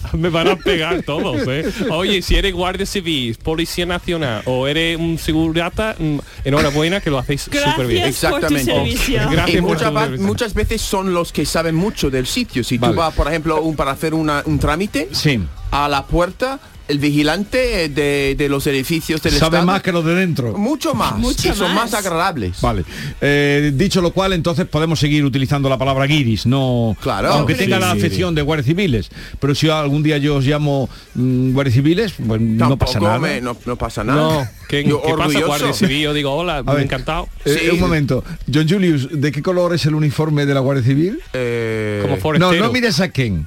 Speaker 3: Me van a pegar todos, ¿eh? Oye, si eres guardia civil, policía nacional o eres un segurata, mm, enhorabuena que lo hacéis súper bien.
Speaker 4: Gracias por tu
Speaker 2: Exactamente.
Speaker 4: servicio.
Speaker 3: Gracias
Speaker 2: Y
Speaker 3: por
Speaker 2: muchas,
Speaker 3: tu
Speaker 2: va-
Speaker 3: servicio.
Speaker 2: muchas veces son los que saben mucho del sitio. Si
Speaker 1: Vale.
Speaker 2: tú vas, por ejemplo, un- para hacer una- un trámite,
Speaker 1: Sí.
Speaker 2: a la puerta, el vigilante de, de los edificios del
Speaker 1: Sabe
Speaker 2: Estado,
Speaker 1: más que los de dentro.
Speaker 2: Mucho más.
Speaker 4: Mucho
Speaker 2: y son
Speaker 4: más.
Speaker 2: más agradables.
Speaker 1: Vale. Eh, dicho lo cual, entonces podemos seguir utilizando la palabra guiris, no.
Speaker 2: Claro. Hombre.
Speaker 1: Aunque tenga la
Speaker 2: Sí.
Speaker 1: afición de guardias civiles. Pero si algún día yo os llamo mm, guardias civiles, pues no
Speaker 2: Tampoco
Speaker 1: pasa nada.
Speaker 2: me- no, no pasa nada.
Speaker 3: No, ¿qué,
Speaker 2: Yo
Speaker 3: qué pasa
Speaker 2: orgulloso.
Speaker 3: guardia civil? Yo digo, hola,
Speaker 1: ver.
Speaker 3: encantado.
Speaker 1: Eh,
Speaker 2: Sí.
Speaker 1: un momento. John Julius, ¿de qué color es el uniforme de la Guardia Civil?
Speaker 2: Eh,
Speaker 3: Como
Speaker 1: No,
Speaker 3: forastero.
Speaker 1: no mires a Ken.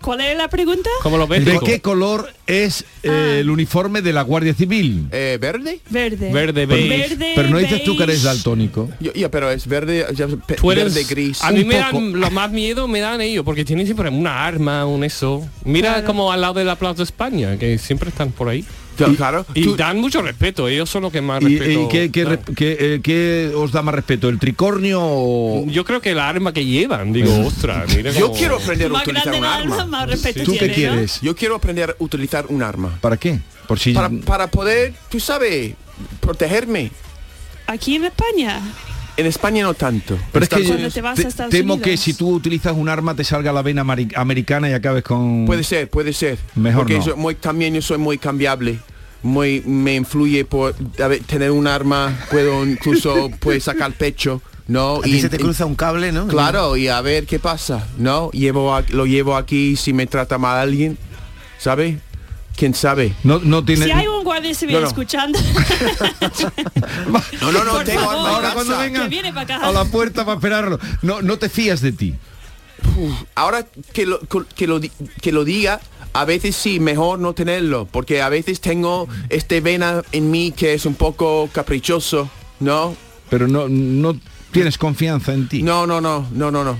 Speaker 4: ¿Cuál era la pregunta?
Speaker 3: Como los
Speaker 1: ¿De
Speaker 3: béticos.
Speaker 1: qué color es eh, el uniforme de la Guardia Civil?
Speaker 2: Ah. eh, ¿Verde?
Speaker 4: Verde.
Speaker 3: Verde,
Speaker 1: Pero-
Speaker 3: beige.
Speaker 4: Verde,
Speaker 1: Pero no dices tú que eres
Speaker 4: beige.
Speaker 1: daltónico.
Speaker 2: Yo- ya, pero es verde, ya- pe-
Speaker 3: Tú eres-
Speaker 2: verde gris.
Speaker 3: A mí
Speaker 1: Un
Speaker 3: me
Speaker 1: poco.
Speaker 3: dan lo más miedo me dan ellos porque tienen siempre una arma, un eso. Mira
Speaker 4: Claro.
Speaker 3: como al lado de la Plaza de España que siempre están por ahí
Speaker 2: Claro, claro.
Speaker 3: y
Speaker 2: Tú-
Speaker 3: dan mucho respeto. Ellos son los que más
Speaker 1: ¿Y,
Speaker 3: respeto.
Speaker 1: y qué, qué
Speaker 3: dan.
Speaker 1: rep- qué, eh, qué os da más respeto? ¿El tricornio o...?
Speaker 3: Yo creo que la arma que llevan, digo,
Speaker 1: Pues,
Speaker 3: ostras, mira
Speaker 2: yo
Speaker 3: cómo-
Speaker 2: quiero aprender a
Speaker 4: Más
Speaker 2: utilizar
Speaker 4: grande
Speaker 2: un
Speaker 4: la
Speaker 2: arma.
Speaker 4: alma, más respeto
Speaker 1: ¿Tú qué
Speaker 4: tiene, ¿no?
Speaker 1: quieres?
Speaker 2: Yo quiero aprender a utilizar un arma.
Speaker 1: ¿Para qué? Por si...
Speaker 2: Para, para poder, tú sabes, protegerme.
Speaker 4: Aquí en España.
Speaker 2: En España no tanto.
Speaker 1: Pero es que
Speaker 4: Cuando
Speaker 1: yo
Speaker 4: te vas a Estados
Speaker 1: temo
Speaker 4: Unidos.
Speaker 1: que si tú utilizas un arma te salga la vena ameri- americana y acabes con...
Speaker 2: Puede ser, puede ser.
Speaker 1: Mm. Mejor
Speaker 2: Porque
Speaker 1: no.
Speaker 2: soy muy, también yo soy muy cambiable. Muy, me influye por a ver, tener un arma, puedo incluso pues sacar pecho, ¿no?
Speaker 6: A ti se te cruza un cable, ¿no?
Speaker 2: Claro, y a ver qué pasa, ¿no? Llevo a- lo llevo aquí si me trata mal alguien, ¿sabes? ¿Quién sabe?
Speaker 1: No, no tiene...
Speaker 4: Si hay un guardia civil
Speaker 2: No, no.
Speaker 4: escuchando,
Speaker 2: No, no, no,
Speaker 4: Por
Speaker 2: tengo
Speaker 4: favor.
Speaker 2: arma en
Speaker 1: Ahora
Speaker 2: casa.
Speaker 1: cuando venga
Speaker 4: Que viene pa' acá.
Speaker 1: a la puerta para esperarlo. No, no te fías de ti.
Speaker 2: Ahora que lo, que, lo, di- que lo diga, a veces sí, mejor no tenerlo, porque a veces tengo este vena en mí que es un poco caprichoso, ¿no?
Speaker 1: Pero no, no tienes confianza en ti.
Speaker 2: No, no, no, no, no, no.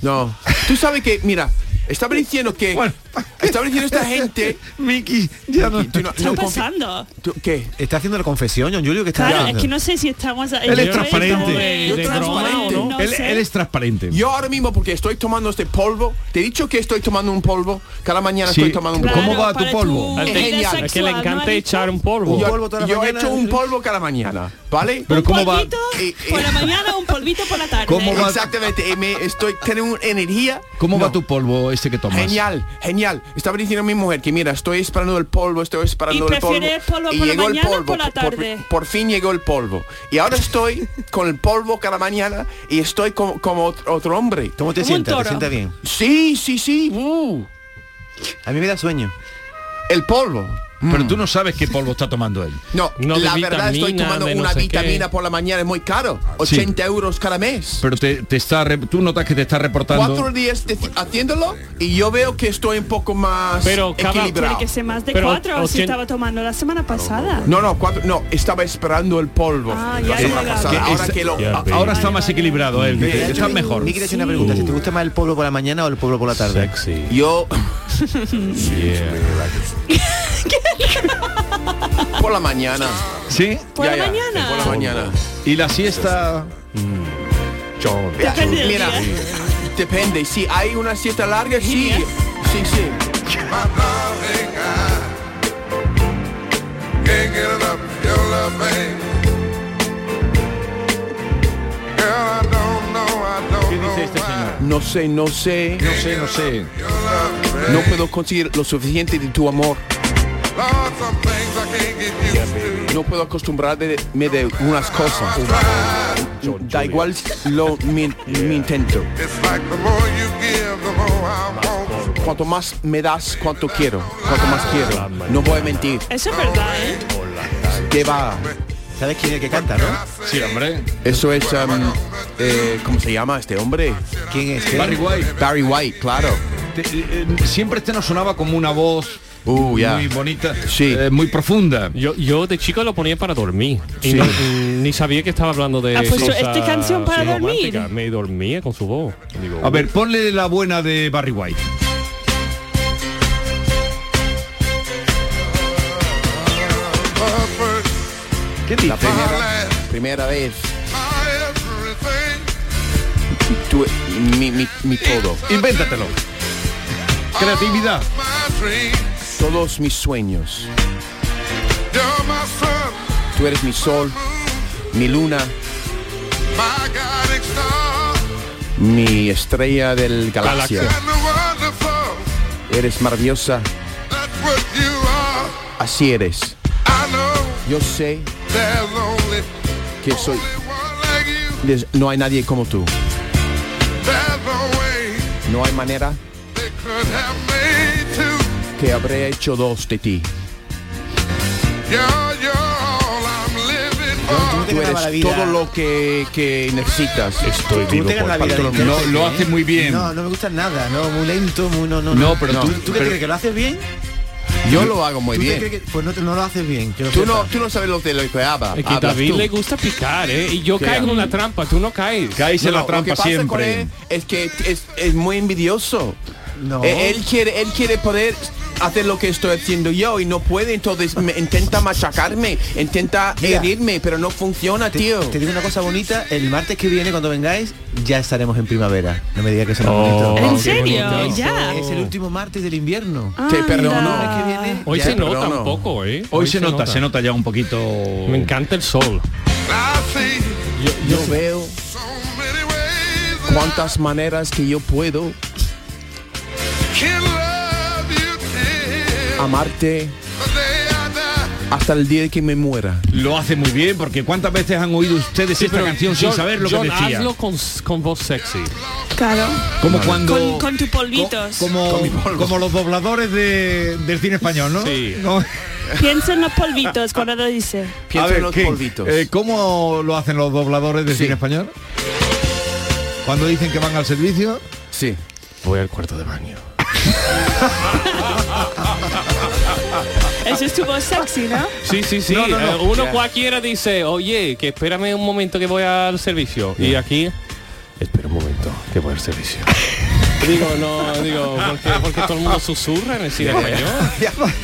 Speaker 2: No. Tú sabes que, mira, estaba diciendo que...
Speaker 1: Bueno.
Speaker 2: Estaba diciendo esta gente...
Speaker 1: Miki, ya no,
Speaker 2: Tú no-
Speaker 4: está
Speaker 2: no confi-
Speaker 4: pasando.
Speaker 2: tú- ¿Qué?
Speaker 5: Está haciendo la confesión, John Julio, que está
Speaker 4: Claro,
Speaker 5: haciendo?
Speaker 4: es que no sé si estamos...
Speaker 1: Él es transparente.
Speaker 2: Yo transparente.
Speaker 4: No,
Speaker 1: él,
Speaker 4: sé.
Speaker 1: él es transparente.
Speaker 2: Yo ahora mismo, porque estoy tomando este polvo, te he dicho que estoy tomando un polvo, cada mañana
Speaker 1: Sí.
Speaker 2: estoy tomando un
Speaker 1: Claro.
Speaker 2: polvo.
Speaker 1: ¿Cómo va tu
Speaker 4: para
Speaker 1: polvo?
Speaker 4: vida
Speaker 3: Es que-
Speaker 2: genial.
Speaker 3: Es que le
Speaker 4: sexual,
Speaker 3: encanta
Speaker 4: ¿no,
Speaker 3: echar un
Speaker 4: Alex?
Speaker 3: polvo.
Speaker 2: Yo,
Speaker 5: polvo toda la
Speaker 2: yo
Speaker 5: mañana?
Speaker 2: he hecho un polvo cada mañana, ¿vale?
Speaker 4: ¿eh?
Speaker 1: Pero
Speaker 4: un
Speaker 1: ¿cómo va?
Speaker 4: polvito
Speaker 2: Eh, eh.
Speaker 4: por la mañana, un polvito por la tarde.
Speaker 1: ¿Cómo va?
Speaker 2: Exactamente, y me estoy tiene una energía.
Speaker 1: ¿Cómo
Speaker 2: No.
Speaker 1: va tu polvo este que tomas?
Speaker 2: Genial, genial. Estaba diciendo a mi mujer que mira, estoy esperando el polvo, estoy esperando
Speaker 4: ¿Y
Speaker 2: el polvo.
Speaker 4: prefieres polvo por la mañana o por la tarde?
Speaker 2: Por, por fin llegó el polvo. Y ahora estoy con el polvo cada mañana y estoy como, como ot- otro hombre.
Speaker 5: ¿Cómo
Speaker 4: Como
Speaker 5: te
Speaker 4: un
Speaker 5: sientas? ¿Te
Speaker 4: toro.
Speaker 5: sientas bien?
Speaker 2: Sí, sí, sí. uh,
Speaker 5: A mí me da sueño. Mm.
Speaker 2: el polvo.
Speaker 1: Pero tú no sabes qué polvo está tomando él.
Speaker 2: No,
Speaker 3: No, de
Speaker 2: la verdad estoy
Speaker 3: vitamina,
Speaker 2: tomando
Speaker 3: de no
Speaker 2: una
Speaker 3: sé qué.
Speaker 2: vitamina por la mañana, es muy caro.
Speaker 1: Sí.
Speaker 2: 80 euros cada mes.
Speaker 1: Pero te, te está, re- tú notas que te está reportando.
Speaker 2: Cuatro días de- haciéndolo y yo veo que estoy un poco más
Speaker 3: Pero cada-
Speaker 2: equilibrado.
Speaker 4: Tiene que ser más de
Speaker 3: Pero
Speaker 4: cuatro, si
Speaker 3: ochenta-
Speaker 4: estaba tomando la semana pasada.
Speaker 2: No, no, cuatro, no, estaba esperando el polvo.
Speaker 4: Ah,
Speaker 2: la
Speaker 4: ya
Speaker 2: semana
Speaker 4: llega.
Speaker 2: pasada.
Speaker 4: Que
Speaker 2: Ahora
Speaker 1: está-
Speaker 2: que lo...
Speaker 3: Ya,
Speaker 2: ah,
Speaker 3: ve.
Speaker 1: Ahá
Speaker 4: Vale,
Speaker 1: está más
Speaker 4: vale,
Speaker 1: equilibrado él.
Speaker 2: Mira,
Speaker 1: dice,
Speaker 2: yo
Speaker 1: Está
Speaker 2: me-
Speaker 1: mejor.
Speaker 5: Miki, te hace una pregunta. ¿Si te gusta más el polvo por la mañana o el polvo por la tarde?
Speaker 3: Sexy.
Speaker 2: yo por la mañana.
Speaker 1: ¿Sí?
Speaker 4: Por
Speaker 2: Ya,
Speaker 4: la
Speaker 2: ya,
Speaker 4: mañana.
Speaker 2: Por la mañana.
Speaker 1: ¿Y la siesta?
Speaker 2: Ya,
Speaker 4: Depende del
Speaker 2: Mira,
Speaker 4: día.
Speaker 2: depende. Si hay una siesta larga, sí. Sí, sí.
Speaker 8: Can't get enough of your love, babe. Girl, I don't know, I don't know why.
Speaker 2: No sé, no sé.
Speaker 1: No sé, no sé.
Speaker 8: Your love, babe.
Speaker 2: No puedo conseguir lo suficiente de tu amor.
Speaker 8: Lord, some things I can't get used to.
Speaker 2: No puedo acostumbrarme de, me de unas cosas.
Speaker 8: Try.
Speaker 2: Da igual lo mi, mi intento.
Speaker 8: It's like the more you give, the more I want.
Speaker 2: Cuanto más me das, cuanto quiero. Cuanto más quiero. No voy a mentir.
Speaker 4: Eso es verdad, ¿eh?
Speaker 2: Que va.
Speaker 5: ¿Sabes quién es el que canta, no?
Speaker 1: Sí, hombre.
Speaker 2: Eso es, um, eh, ¿cómo se llama este hombre?
Speaker 5: ¿Quién es?
Speaker 1: Barry White.
Speaker 2: Barry White, claro.
Speaker 1: Te- eh, eh, siempre este nos sonaba como una voz
Speaker 2: Uh, ya.
Speaker 1: muy bonita,
Speaker 2: Sí.
Speaker 1: eh, muy profunda.
Speaker 3: Yo, yo de chico lo ponía para dormir y
Speaker 2: Sí.
Speaker 3: no- mm, ni sabía que estaba hablando de
Speaker 4: Ah, pues,
Speaker 3: cosas
Speaker 4: ¿esta canción para dormir?
Speaker 3: románticas. Me dormía con su voz. Digo,
Speaker 1: A ver, ponle la buena de Barry White.
Speaker 8: But first,
Speaker 2: ¿Qué La primera,
Speaker 8: last,
Speaker 2: primera vez.
Speaker 8: my everything.
Speaker 2: Tú, mi, mi, mi todo.
Speaker 1: Invéntatelo. Creatividad.
Speaker 8: My dream.
Speaker 2: Todos mis sueños.
Speaker 8: You're my sun,
Speaker 2: Tú eres mi sol, mi luna,
Speaker 8: my guiding star.
Speaker 2: mi estrella del galaxia.
Speaker 8: And the wonderful,
Speaker 2: Eres maravillosa.
Speaker 8: that's what you are.
Speaker 2: Así eres.
Speaker 8: I know
Speaker 2: Yo sé
Speaker 8: there's only
Speaker 2: que soy.
Speaker 8: only one like you.
Speaker 2: des- No hay nadie como tú.
Speaker 8: There's no way
Speaker 2: No hay manera
Speaker 8: they could have made two.
Speaker 2: que habré hecho dos de ti.
Speaker 8: You're, you're all I'm living
Speaker 5: Tú
Speaker 8: for.
Speaker 5: te
Speaker 2: Tú
Speaker 5: ganas la
Speaker 2: eres
Speaker 5: vida.
Speaker 2: todo lo que, que necesitas.
Speaker 5: Tú te ganas la vida.
Speaker 2: patrón.
Speaker 5: del
Speaker 1: No,
Speaker 5: intérprete,
Speaker 1: lo
Speaker 5: ¿eh?
Speaker 1: hace muy bien.
Speaker 5: No, no me gusta nada. No, muy lento, muy... No, no,
Speaker 1: No, pero
Speaker 5: ¿Tú,
Speaker 1: tú-
Speaker 5: ¿tú qué
Speaker 1: pero-
Speaker 5: crees? ¿Que lo haces bien?
Speaker 2: Yo lo hago muy
Speaker 5: ¿Tú te
Speaker 2: bien.
Speaker 5: crees que- pues no, te- no lo haces bien. que lo
Speaker 2: Tú no,
Speaker 5: sepas.
Speaker 2: tú no sabes lo de lo que habla.
Speaker 3: es que
Speaker 2: hablas
Speaker 3: David
Speaker 2: tú.
Speaker 3: le gusta picar, ¿eh? Y yo
Speaker 2: Sí.
Speaker 3: caigo en una trampa, tú no caes.
Speaker 1: Caes
Speaker 2: No,
Speaker 1: en la
Speaker 2: no,
Speaker 1: trampa
Speaker 2: lo que pasa con
Speaker 1: siempre.
Speaker 2: él es que es, es muy envidioso.
Speaker 5: No.
Speaker 2: Eh, Él quiere, él quiere poder hacer lo que estoy haciendo yo y no puede, entonces me- intenta machacarme, intenta
Speaker 5: Mira.
Speaker 2: herirme, pero no funciona,
Speaker 5: Te,
Speaker 2: tío.
Speaker 5: te digo una cosa bonita, el martes que viene cuando vengáis ya estaremos en primavera. No me digas que eso no es
Speaker 3: Oh,
Speaker 5: bonito.
Speaker 4: ¿En
Speaker 3: qué
Speaker 4: serio?
Speaker 3: bonito.
Speaker 4: Ya.
Speaker 5: Es el último martes del invierno.
Speaker 4: Ah,
Speaker 2: Te perdono.
Speaker 4: mira.
Speaker 5: El martes que viene
Speaker 3: Hoy
Speaker 5: ya-
Speaker 3: se
Speaker 2: pero
Speaker 3: nota
Speaker 2: no.
Speaker 3: un poco, ¿eh?
Speaker 1: Hoy se nota, se nota ya un poquito.
Speaker 3: Me encanta el sol.
Speaker 8: I see
Speaker 2: Yo veo
Speaker 8: so many ways that
Speaker 2: cuántas maneras que yo puedo
Speaker 8: I can love you till
Speaker 2: amarte
Speaker 8: the day I die.
Speaker 2: hasta el día que me muera.
Speaker 1: Lo hace muy bien porque ¿cuántas veces han oído ustedes
Speaker 3: Sí,
Speaker 1: esta
Speaker 3: pero
Speaker 1: canción
Speaker 3: John-
Speaker 1: sin saber lo
Speaker 3: John,
Speaker 1: que decía?
Speaker 3: hazlo con, con voz sexy.
Speaker 4: Claro.
Speaker 1: Como cuando
Speaker 4: Con, con tus polvitos.
Speaker 9: Como, como los dobladores de- del cine español, ¿no?
Speaker 3: Sí.
Speaker 9: No.
Speaker 4: Piensa en los polvitos cuando lo dice.
Speaker 2: Pienso
Speaker 9: A ver,
Speaker 2: en los
Speaker 9: ¿qué?
Speaker 2: polvitos.
Speaker 9: Eh, ¿Cómo lo hacen los dobladores del
Speaker 2: Sí.
Speaker 9: cine español? Cuando dicen que van al servicio,
Speaker 2: sí.
Speaker 3: Voy al cuarto de baño.
Speaker 4: Eso estuvo sexy, ¿no?
Speaker 3: Sí, sí, sí.
Speaker 9: No, no, no.
Speaker 3: Eh, uno
Speaker 2: Ya.
Speaker 3: cualquiera dice, oye, que espérame un momento que voy al servicio. Y aquí, espera un momento que voy al servicio. digo, no, digo, porque, porque todo el mundo susurra en el cine español.
Speaker 1: pues.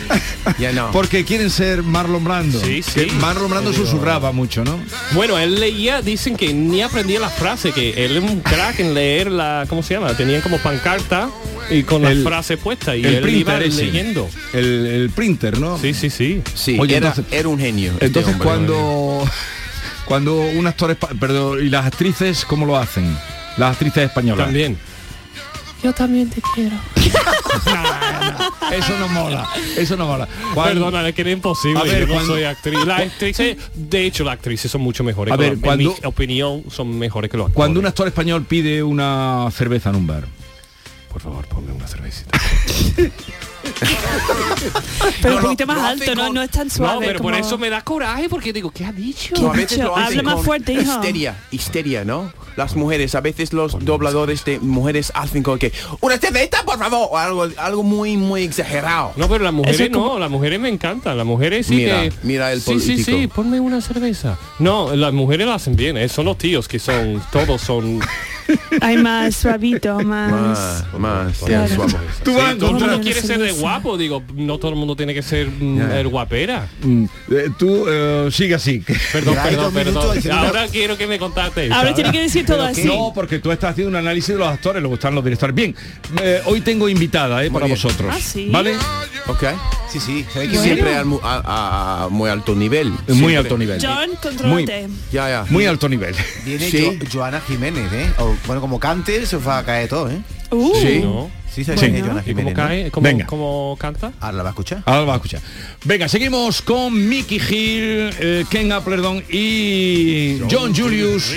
Speaker 2: Ya no.
Speaker 9: porque quieren ser Marlon Brando.
Speaker 3: Sí,
Speaker 9: Que
Speaker 3: sí.
Speaker 9: Marlon Brando susurraba mucho, ¿no?
Speaker 3: Bueno, él leía, dicen que ni aprendía la frase, que él es un crack en leer la, ¿cómo se llama? Tenían como pancarta y con
Speaker 1: El-
Speaker 3: la frase puesta y
Speaker 1: el
Speaker 3: él iba
Speaker 1: printer ese.
Speaker 3: leyendo.
Speaker 1: El, el printer, ¿no?
Speaker 3: Sí, sí, sí.
Speaker 2: Sí,
Speaker 1: Oye,
Speaker 2: era,
Speaker 1: entonces-
Speaker 2: era un genio. este
Speaker 1: Entonces
Speaker 2: hombre.
Speaker 1: cuando cuando un actor espa- perdón, y las actrices cómo lo hacen? Las actrices españolas.
Speaker 3: También.
Speaker 4: Yo también te quiero.
Speaker 9: Eso no mola, eso no mola. Cuando-
Speaker 3: Perdona, es que era imposible.
Speaker 9: A ver,
Speaker 3: yo no
Speaker 9: cuando-
Speaker 3: soy actriz. Las actrices, de hecho, las actrices son mucho mejores.
Speaker 1: A
Speaker 3: que
Speaker 1: ver,
Speaker 3: los-
Speaker 1: cuando-
Speaker 3: en mi opinión, son mejores que los actores.
Speaker 1: Cuando un actor español pide una cerveza en un bar.
Speaker 3: Por favor, ponme una cervecita.
Speaker 4: Pero
Speaker 2: No,
Speaker 4: un
Speaker 2: no,
Speaker 4: poquito más
Speaker 2: lo hace
Speaker 4: alto, no,
Speaker 2: con-
Speaker 4: no es tan suave.
Speaker 3: No, pero por
Speaker 4: como-
Speaker 3: eso me da coraje porque digo, ¿qué ha dicho?
Speaker 2: No, a veces
Speaker 4: Dicho,
Speaker 2: lo hacen
Speaker 4: habla más
Speaker 2: con
Speaker 4: fuerte, hijo.
Speaker 2: Histeria, histeria, ¿no? Las mujeres, a veces los dobladores de mujeres hacen con que una cerveza, por favor, o algo, algo muy, muy exagerado.
Speaker 3: No, pero las mujeres
Speaker 4: Eso es como-
Speaker 3: no, las mujeres me encantan, las mujeres sí
Speaker 2: Mira,
Speaker 3: que...
Speaker 2: mira el
Speaker 3: Sí, sí,
Speaker 2: político.
Speaker 3: sí, ponme una cerveza. No, las mujeres lo hacen bien, eh, son los tíos que son, todos son...
Speaker 4: Hay más suavito, más.
Speaker 2: Más, más,
Speaker 4: Claro.
Speaker 2: sí, suave.
Speaker 9: Tú vas a
Speaker 3: Sí, todo el
Speaker 9: encontrar-
Speaker 3: mundo quiere ser de
Speaker 4: Cerveza.
Speaker 3: guapo, digo, no todo el mundo tiene que ser mm, el guapera.
Speaker 1: Mm, eh, tú eh, sigue así.
Speaker 3: Perdón,
Speaker 5: Ya, hay
Speaker 3: perdón,
Speaker 5: dos minutos
Speaker 3: perdón.
Speaker 5: diciendo-
Speaker 3: Ahora quiero que me contaste.
Speaker 4: Ahora tiene que decir todo así.
Speaker 1: No, porque tú estás haciendo un análisis de los actores, luego están los directores. Bien, eh, hoy tengo invitada eh, para
Speaker 2: bien.
Speaker 1: vosotros.
Speaker 4: Ah, ¿sí?
Speaker 1: ¿Vale?
Speaker 2: Ok.
Speaker 5: Sí, sí. se ve que-
Speaker 2: Siempre al mu- a, a- a muy alto nivel.
Speaker 1: Muy
Speaker 2: siempre.
Speaker 1: alto nivel.
Speaker 4: John, contrólate.
Speaker 2: Ya, ya.
Speaker 1: Muy alto nivel.
Speaker 5: Viene
Speaker 2: Sí.
Speaker 5: Jo- Joana Jiménez, ¿eh? O, bueno, como cante, se va a caer todo, ¿eh?
Speaker 4: Uh,
Speaker 2: Sí.
Speaker 3: ¿no?
Speaker 5: Sí, se
Speaker 1: Sí.
Speaker 5: viene Joana
Speaker 3: ¿Y cómo
Speaker 5: Jiménez. ¿no?
Speaker 3: cae? ¿Cómo,
Speaker 1: Venga.
Speaker 3: cómo canta?
Speaker 5: Ahora la va a escuchar.
Speaker 1: Ahora lo vas a escuchar. Venga, seguimos con Mickey Hill, eh, Ken Applerdon y John Julius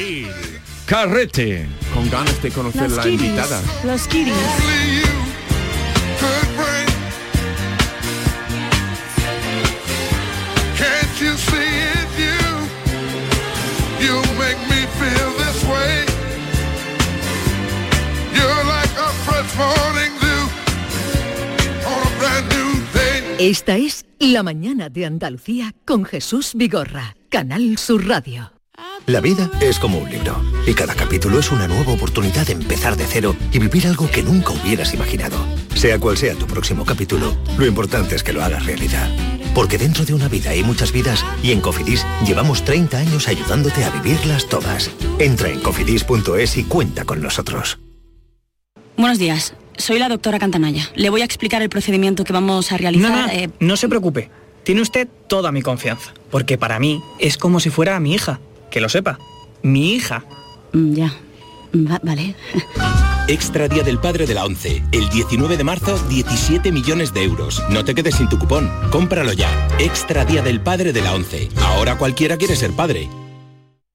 Speaker 1: Carrete.
Speaker 2: Con ganas de conocer
Speaker 4: Los
Speaker 2: la
Speaker 4: kitties.
Speaker 2: invitada.
Speaker 4: Los kitties.
Speaker 8: Can't you see it, you? You make me feel this way. You're like a fresh morning dew on a brand new day.
Speaker 10: Esta es La mañana de Andalucía con Jesús Vigorra, Canal Sur Radio.
Speaker 7: La vida es como un libro y cada capítulo es una nueva oportunidad de empezar de cero y vivir algo que nunca hubieras imaginado. Sea cual sea tu próximo capítulo, lo importante es que lo hagas realidad. Porque dentro de una vida hay muchas vidas y en Cofidis llevamos 30 años ayudándote a vivirlas todas. Entra en cofidis.es y cuenta con nosotros.
Speaker 11: Buenos días. Soy la doctora Cantanaya. Le voy a explicar el procedimiento que vamos a realizar. eh,
Speaker 12: No se preocupe, tiene usted toda mi confianza, porque para mí es como si fuera mi hija, que lo sepa, mi hija.
Speaker 11: mm, ya. Va- vale.
Speaker 7: Extra Día del Padre de la 11. El 19 de marzo, 17 millones de euros. No te quedes sin tu cupón. Cómpralo ya. Extra Día del Padre de la 11. Ahora cualquiera quiere ser padre.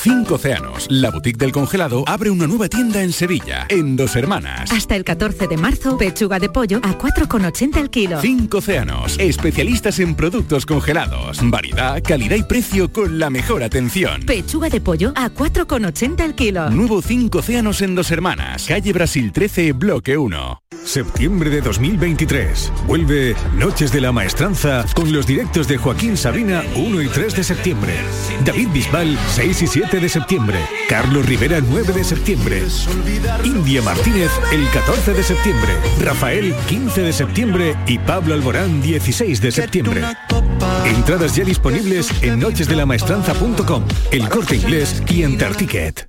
Speaker 13: Cinco Océanos, la boutique del congelado, abre una nueva tienda en Sevilla, en Dos Hermanas.
Speaker 14: Hasta el 14 de marzo, pechuga de pollo a 4,80 el kilo.
Speaker 13: Cinco Océanos, especialistas en productos congelados, variedad, calidad y precio con la mejor atención.
Speaker 14: Pechuga de pollo a 4,80 el kilo.
Speaker 13: Nuevo Cinco Océanos en Dos Hermanas, calle Brasil 13, bloque 1.
Speaker 15: Septiembre de 2023. Vuelve Noches de la Maestranza con los directos de Joaquín Sabina 1 y 3 de septiembre. David Bisbal 6 y 7 de septiembre. Carlos Rivera 9 de septiembre. India Martínez el 14 de septiembre. Rafael 15 de septiembre y Pablo Alborán 16 de septiembre. Entradas ya disponibles en nochesdelamaestranza.com, el corte inglés y en Tarticket.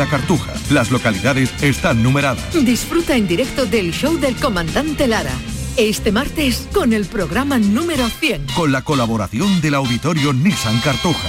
Speaker 11: la Cartuja. Las localidades están numeradas.
Speaker 10: Disfruta en directo del show del comandante Lara. Este martes con el programa número 100.
Speaker 11: Con la colaboración del auditorio Nissan Cartuja.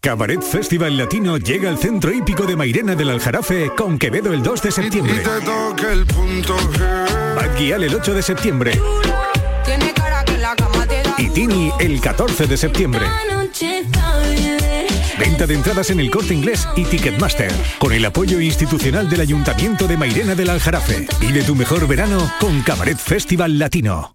Speaker 13: Cabaret Festival Latino llega al centro hípico de Mairena del Aljarafe con Quevedo el 2 de septiembre. Bad Gyal el 8 de septiembre
Speaker 9: Tiene cara que la cama te da
Speaker 13: y Tini el 14 de septiembre.
Speaker 9: noche tarde.
Speaker 13: Venta de entradas en el corte inglés y Ticketmaster. Con el apoyo institucional del Ayuntamiento de Mairena del Aljarafe. Y de tu mejor verano con Cabaret Festival Latino.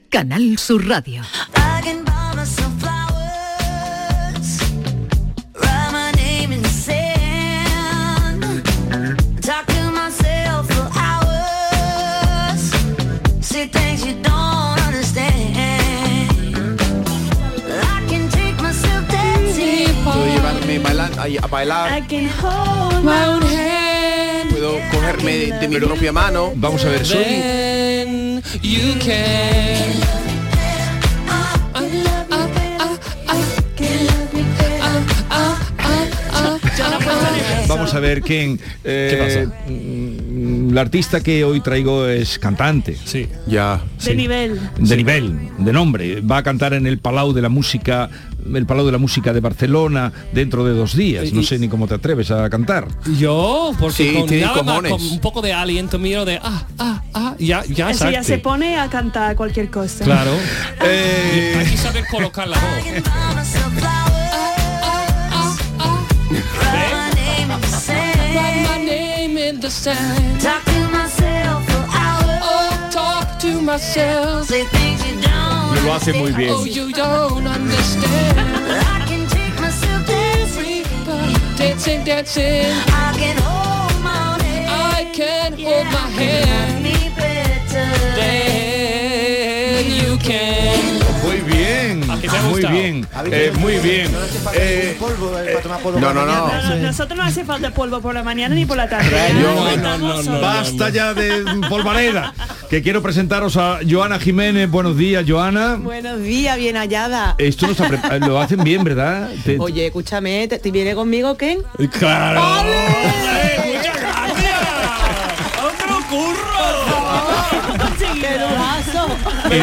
Speaker 10: Canal Sur Radio.
Speaker 9: I can buy myself flowers, write my name in the sand, talk to myself for hours, see things you don't understand. I can take myself
Speaker 2: Puedo
Speaker 9: dancing.
Speaker 2: llevarme bailan- a, a bailar,
Speaker 9: can hold my own hand.
Speaker 2: puedo cogerme de, de mi propia mano. Vamos a ver,
Speaker 16: Then you can.
Speaker 1: Vamos a ver quién. eh, mm, La artista que hoy traigo es cantante. Sí. Ya.
Speaker 3: De nivel.
Speaker 1: De nivel, de nombre. Va a cantar en el Palau de la Música, el Palau de la Música de Barcelona dentro de dos días. No sé ni cómo te atreves a cantar.
Speaker 3: Eh, Yo, porque
Speaker 1: Sí,
Speaker 3: con,
Speaker 1: tiene
Speaker 3: nada más,
Speaker 1: cojones.
Speaker 3: con un poco de aliento mío de ah, ah, ah, ya, ya
Speaker 4: Eso ya
Speaker 3: salte.
Speaker 4: se pone a cantar cualquier cosa.
Speaker 3: Claro. Hay que saber Eh. colocar la voz.
Speaker 16: Write my name in the sand.
Speaker 9: Talk to myself for hours.
Speaker 16: Oh, talk to myself.
Speaker 9: Say things you don't.
Speaker 1: Lo hace muy bien.
Speaker 16: Oh, you don't understand.
Speaker 9: I can take myself dancing.
Speaker 16: Dancing, dancing.
Speaker 9: I can hold my own hand.
Speaker 16: I can hold my hand. Then you can.
Speaker 1: Muy bien. Mm. Ah, Muy bien. eh, muy bien. Eh,
Speaker 2: No, no, no.
Speaker 4: A Nosotros no hace falta polvo por la mañana ni por la tarde.
Speaker 1: No, no, no, no, Basta ya de polvareda. Que quiero presentaros a Joana Jiménez. Buenos días, Joana.
Speaker 5: Buenos días, bien hallada.
Speaker 1: Esto no está pre- eh, lo hacen bien, ¿verdad? Te-
Speaker 5: Oye, escúchame, ¿te, te viene conmigo Ken?
Speaker 1: Claro.
Speaker 5: ¡Qué lujazo!
Speaker 1: El,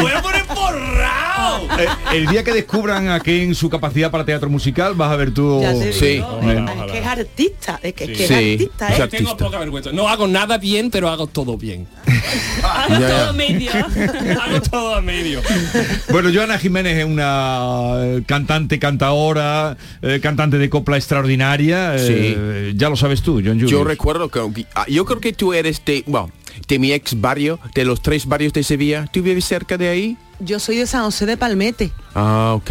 Speaker 16: Wow.
Speaker 1: eh, el día que descubran a Ken su capacidad para teatro musical, vas a ver tú.
Speaker 5: Ya te
Speaker 1: Oh, Sí.
Speaker 5: digo,
Speaker 1: Eh,
Speaker 5: Es que es artista, es que, es que es
Speaker 1: Sí,
Speaker 5: artista,
Speaker 1: es
Speaker 5: ¿eh?
Speaker 1: artista.
Speaker 16: Tengo poca vergüenza. No hago nada bien, pero hago todo bien.
Speaker 1: Ya, ya. todo a
Speaker 16: medio. hago todo a medio.
Speaker 1: Bueno, Joana Jiménez es una eh, cantante, cantaora, eh, cantante de copla extraordinaria. eh, Ya lo sabes tú, John Julius.
Speaker 2: Yo recuerdo que ah, yo creo que tú eres de, bueno, de mi ex barrio, de los tres barrios de Sevilla. ¿Tú vives cerca de ahí?
Speaker 5: Yo soy de San José de Palmete.
Speaker 2: Ah, ok.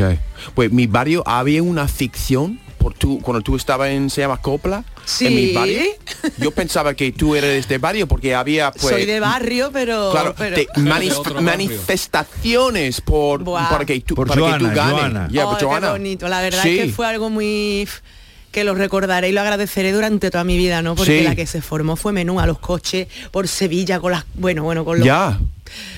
Speaker 2: Pues mi barrio había una ficción por tú cuando tú estabas en se llama Copla en mi
Speaker 5: Sí.
Speaker 2: barrio. Yo pensaba que tú eres de este barrio porque había pues
Speaker 5: soy de barrio, pero...
Speaker 2: Claro,
Speaker 5: pero-
Speaker 2: de manis- manifestaciones por
Speaker 5: Buah.
Speaker 2: para que tú
Speaker 1: Por
Speaker 2: para que
Speaker 1: Joana,
Speaker 2: tú ganes.
Speaker 1: Joana.
Speaker 2: Yeah,
Speaker 5: Ay,
Speaker 2: por
Speaker 5: Oh, qué
Speaker 2: Joana.
Speaker 5: bonito. La verdad
Speaker 2: Sí.
Speaker 5: es que fue algo muy que lo recordaré y lo agradeceré durante toda mi vida, ¿no? Porque
Speaker 2: Sí.
Speaker 5: la que se formó fue menú a los coches por Sevilla con las bueno, bueno, con los,
Speaker 1: Ya.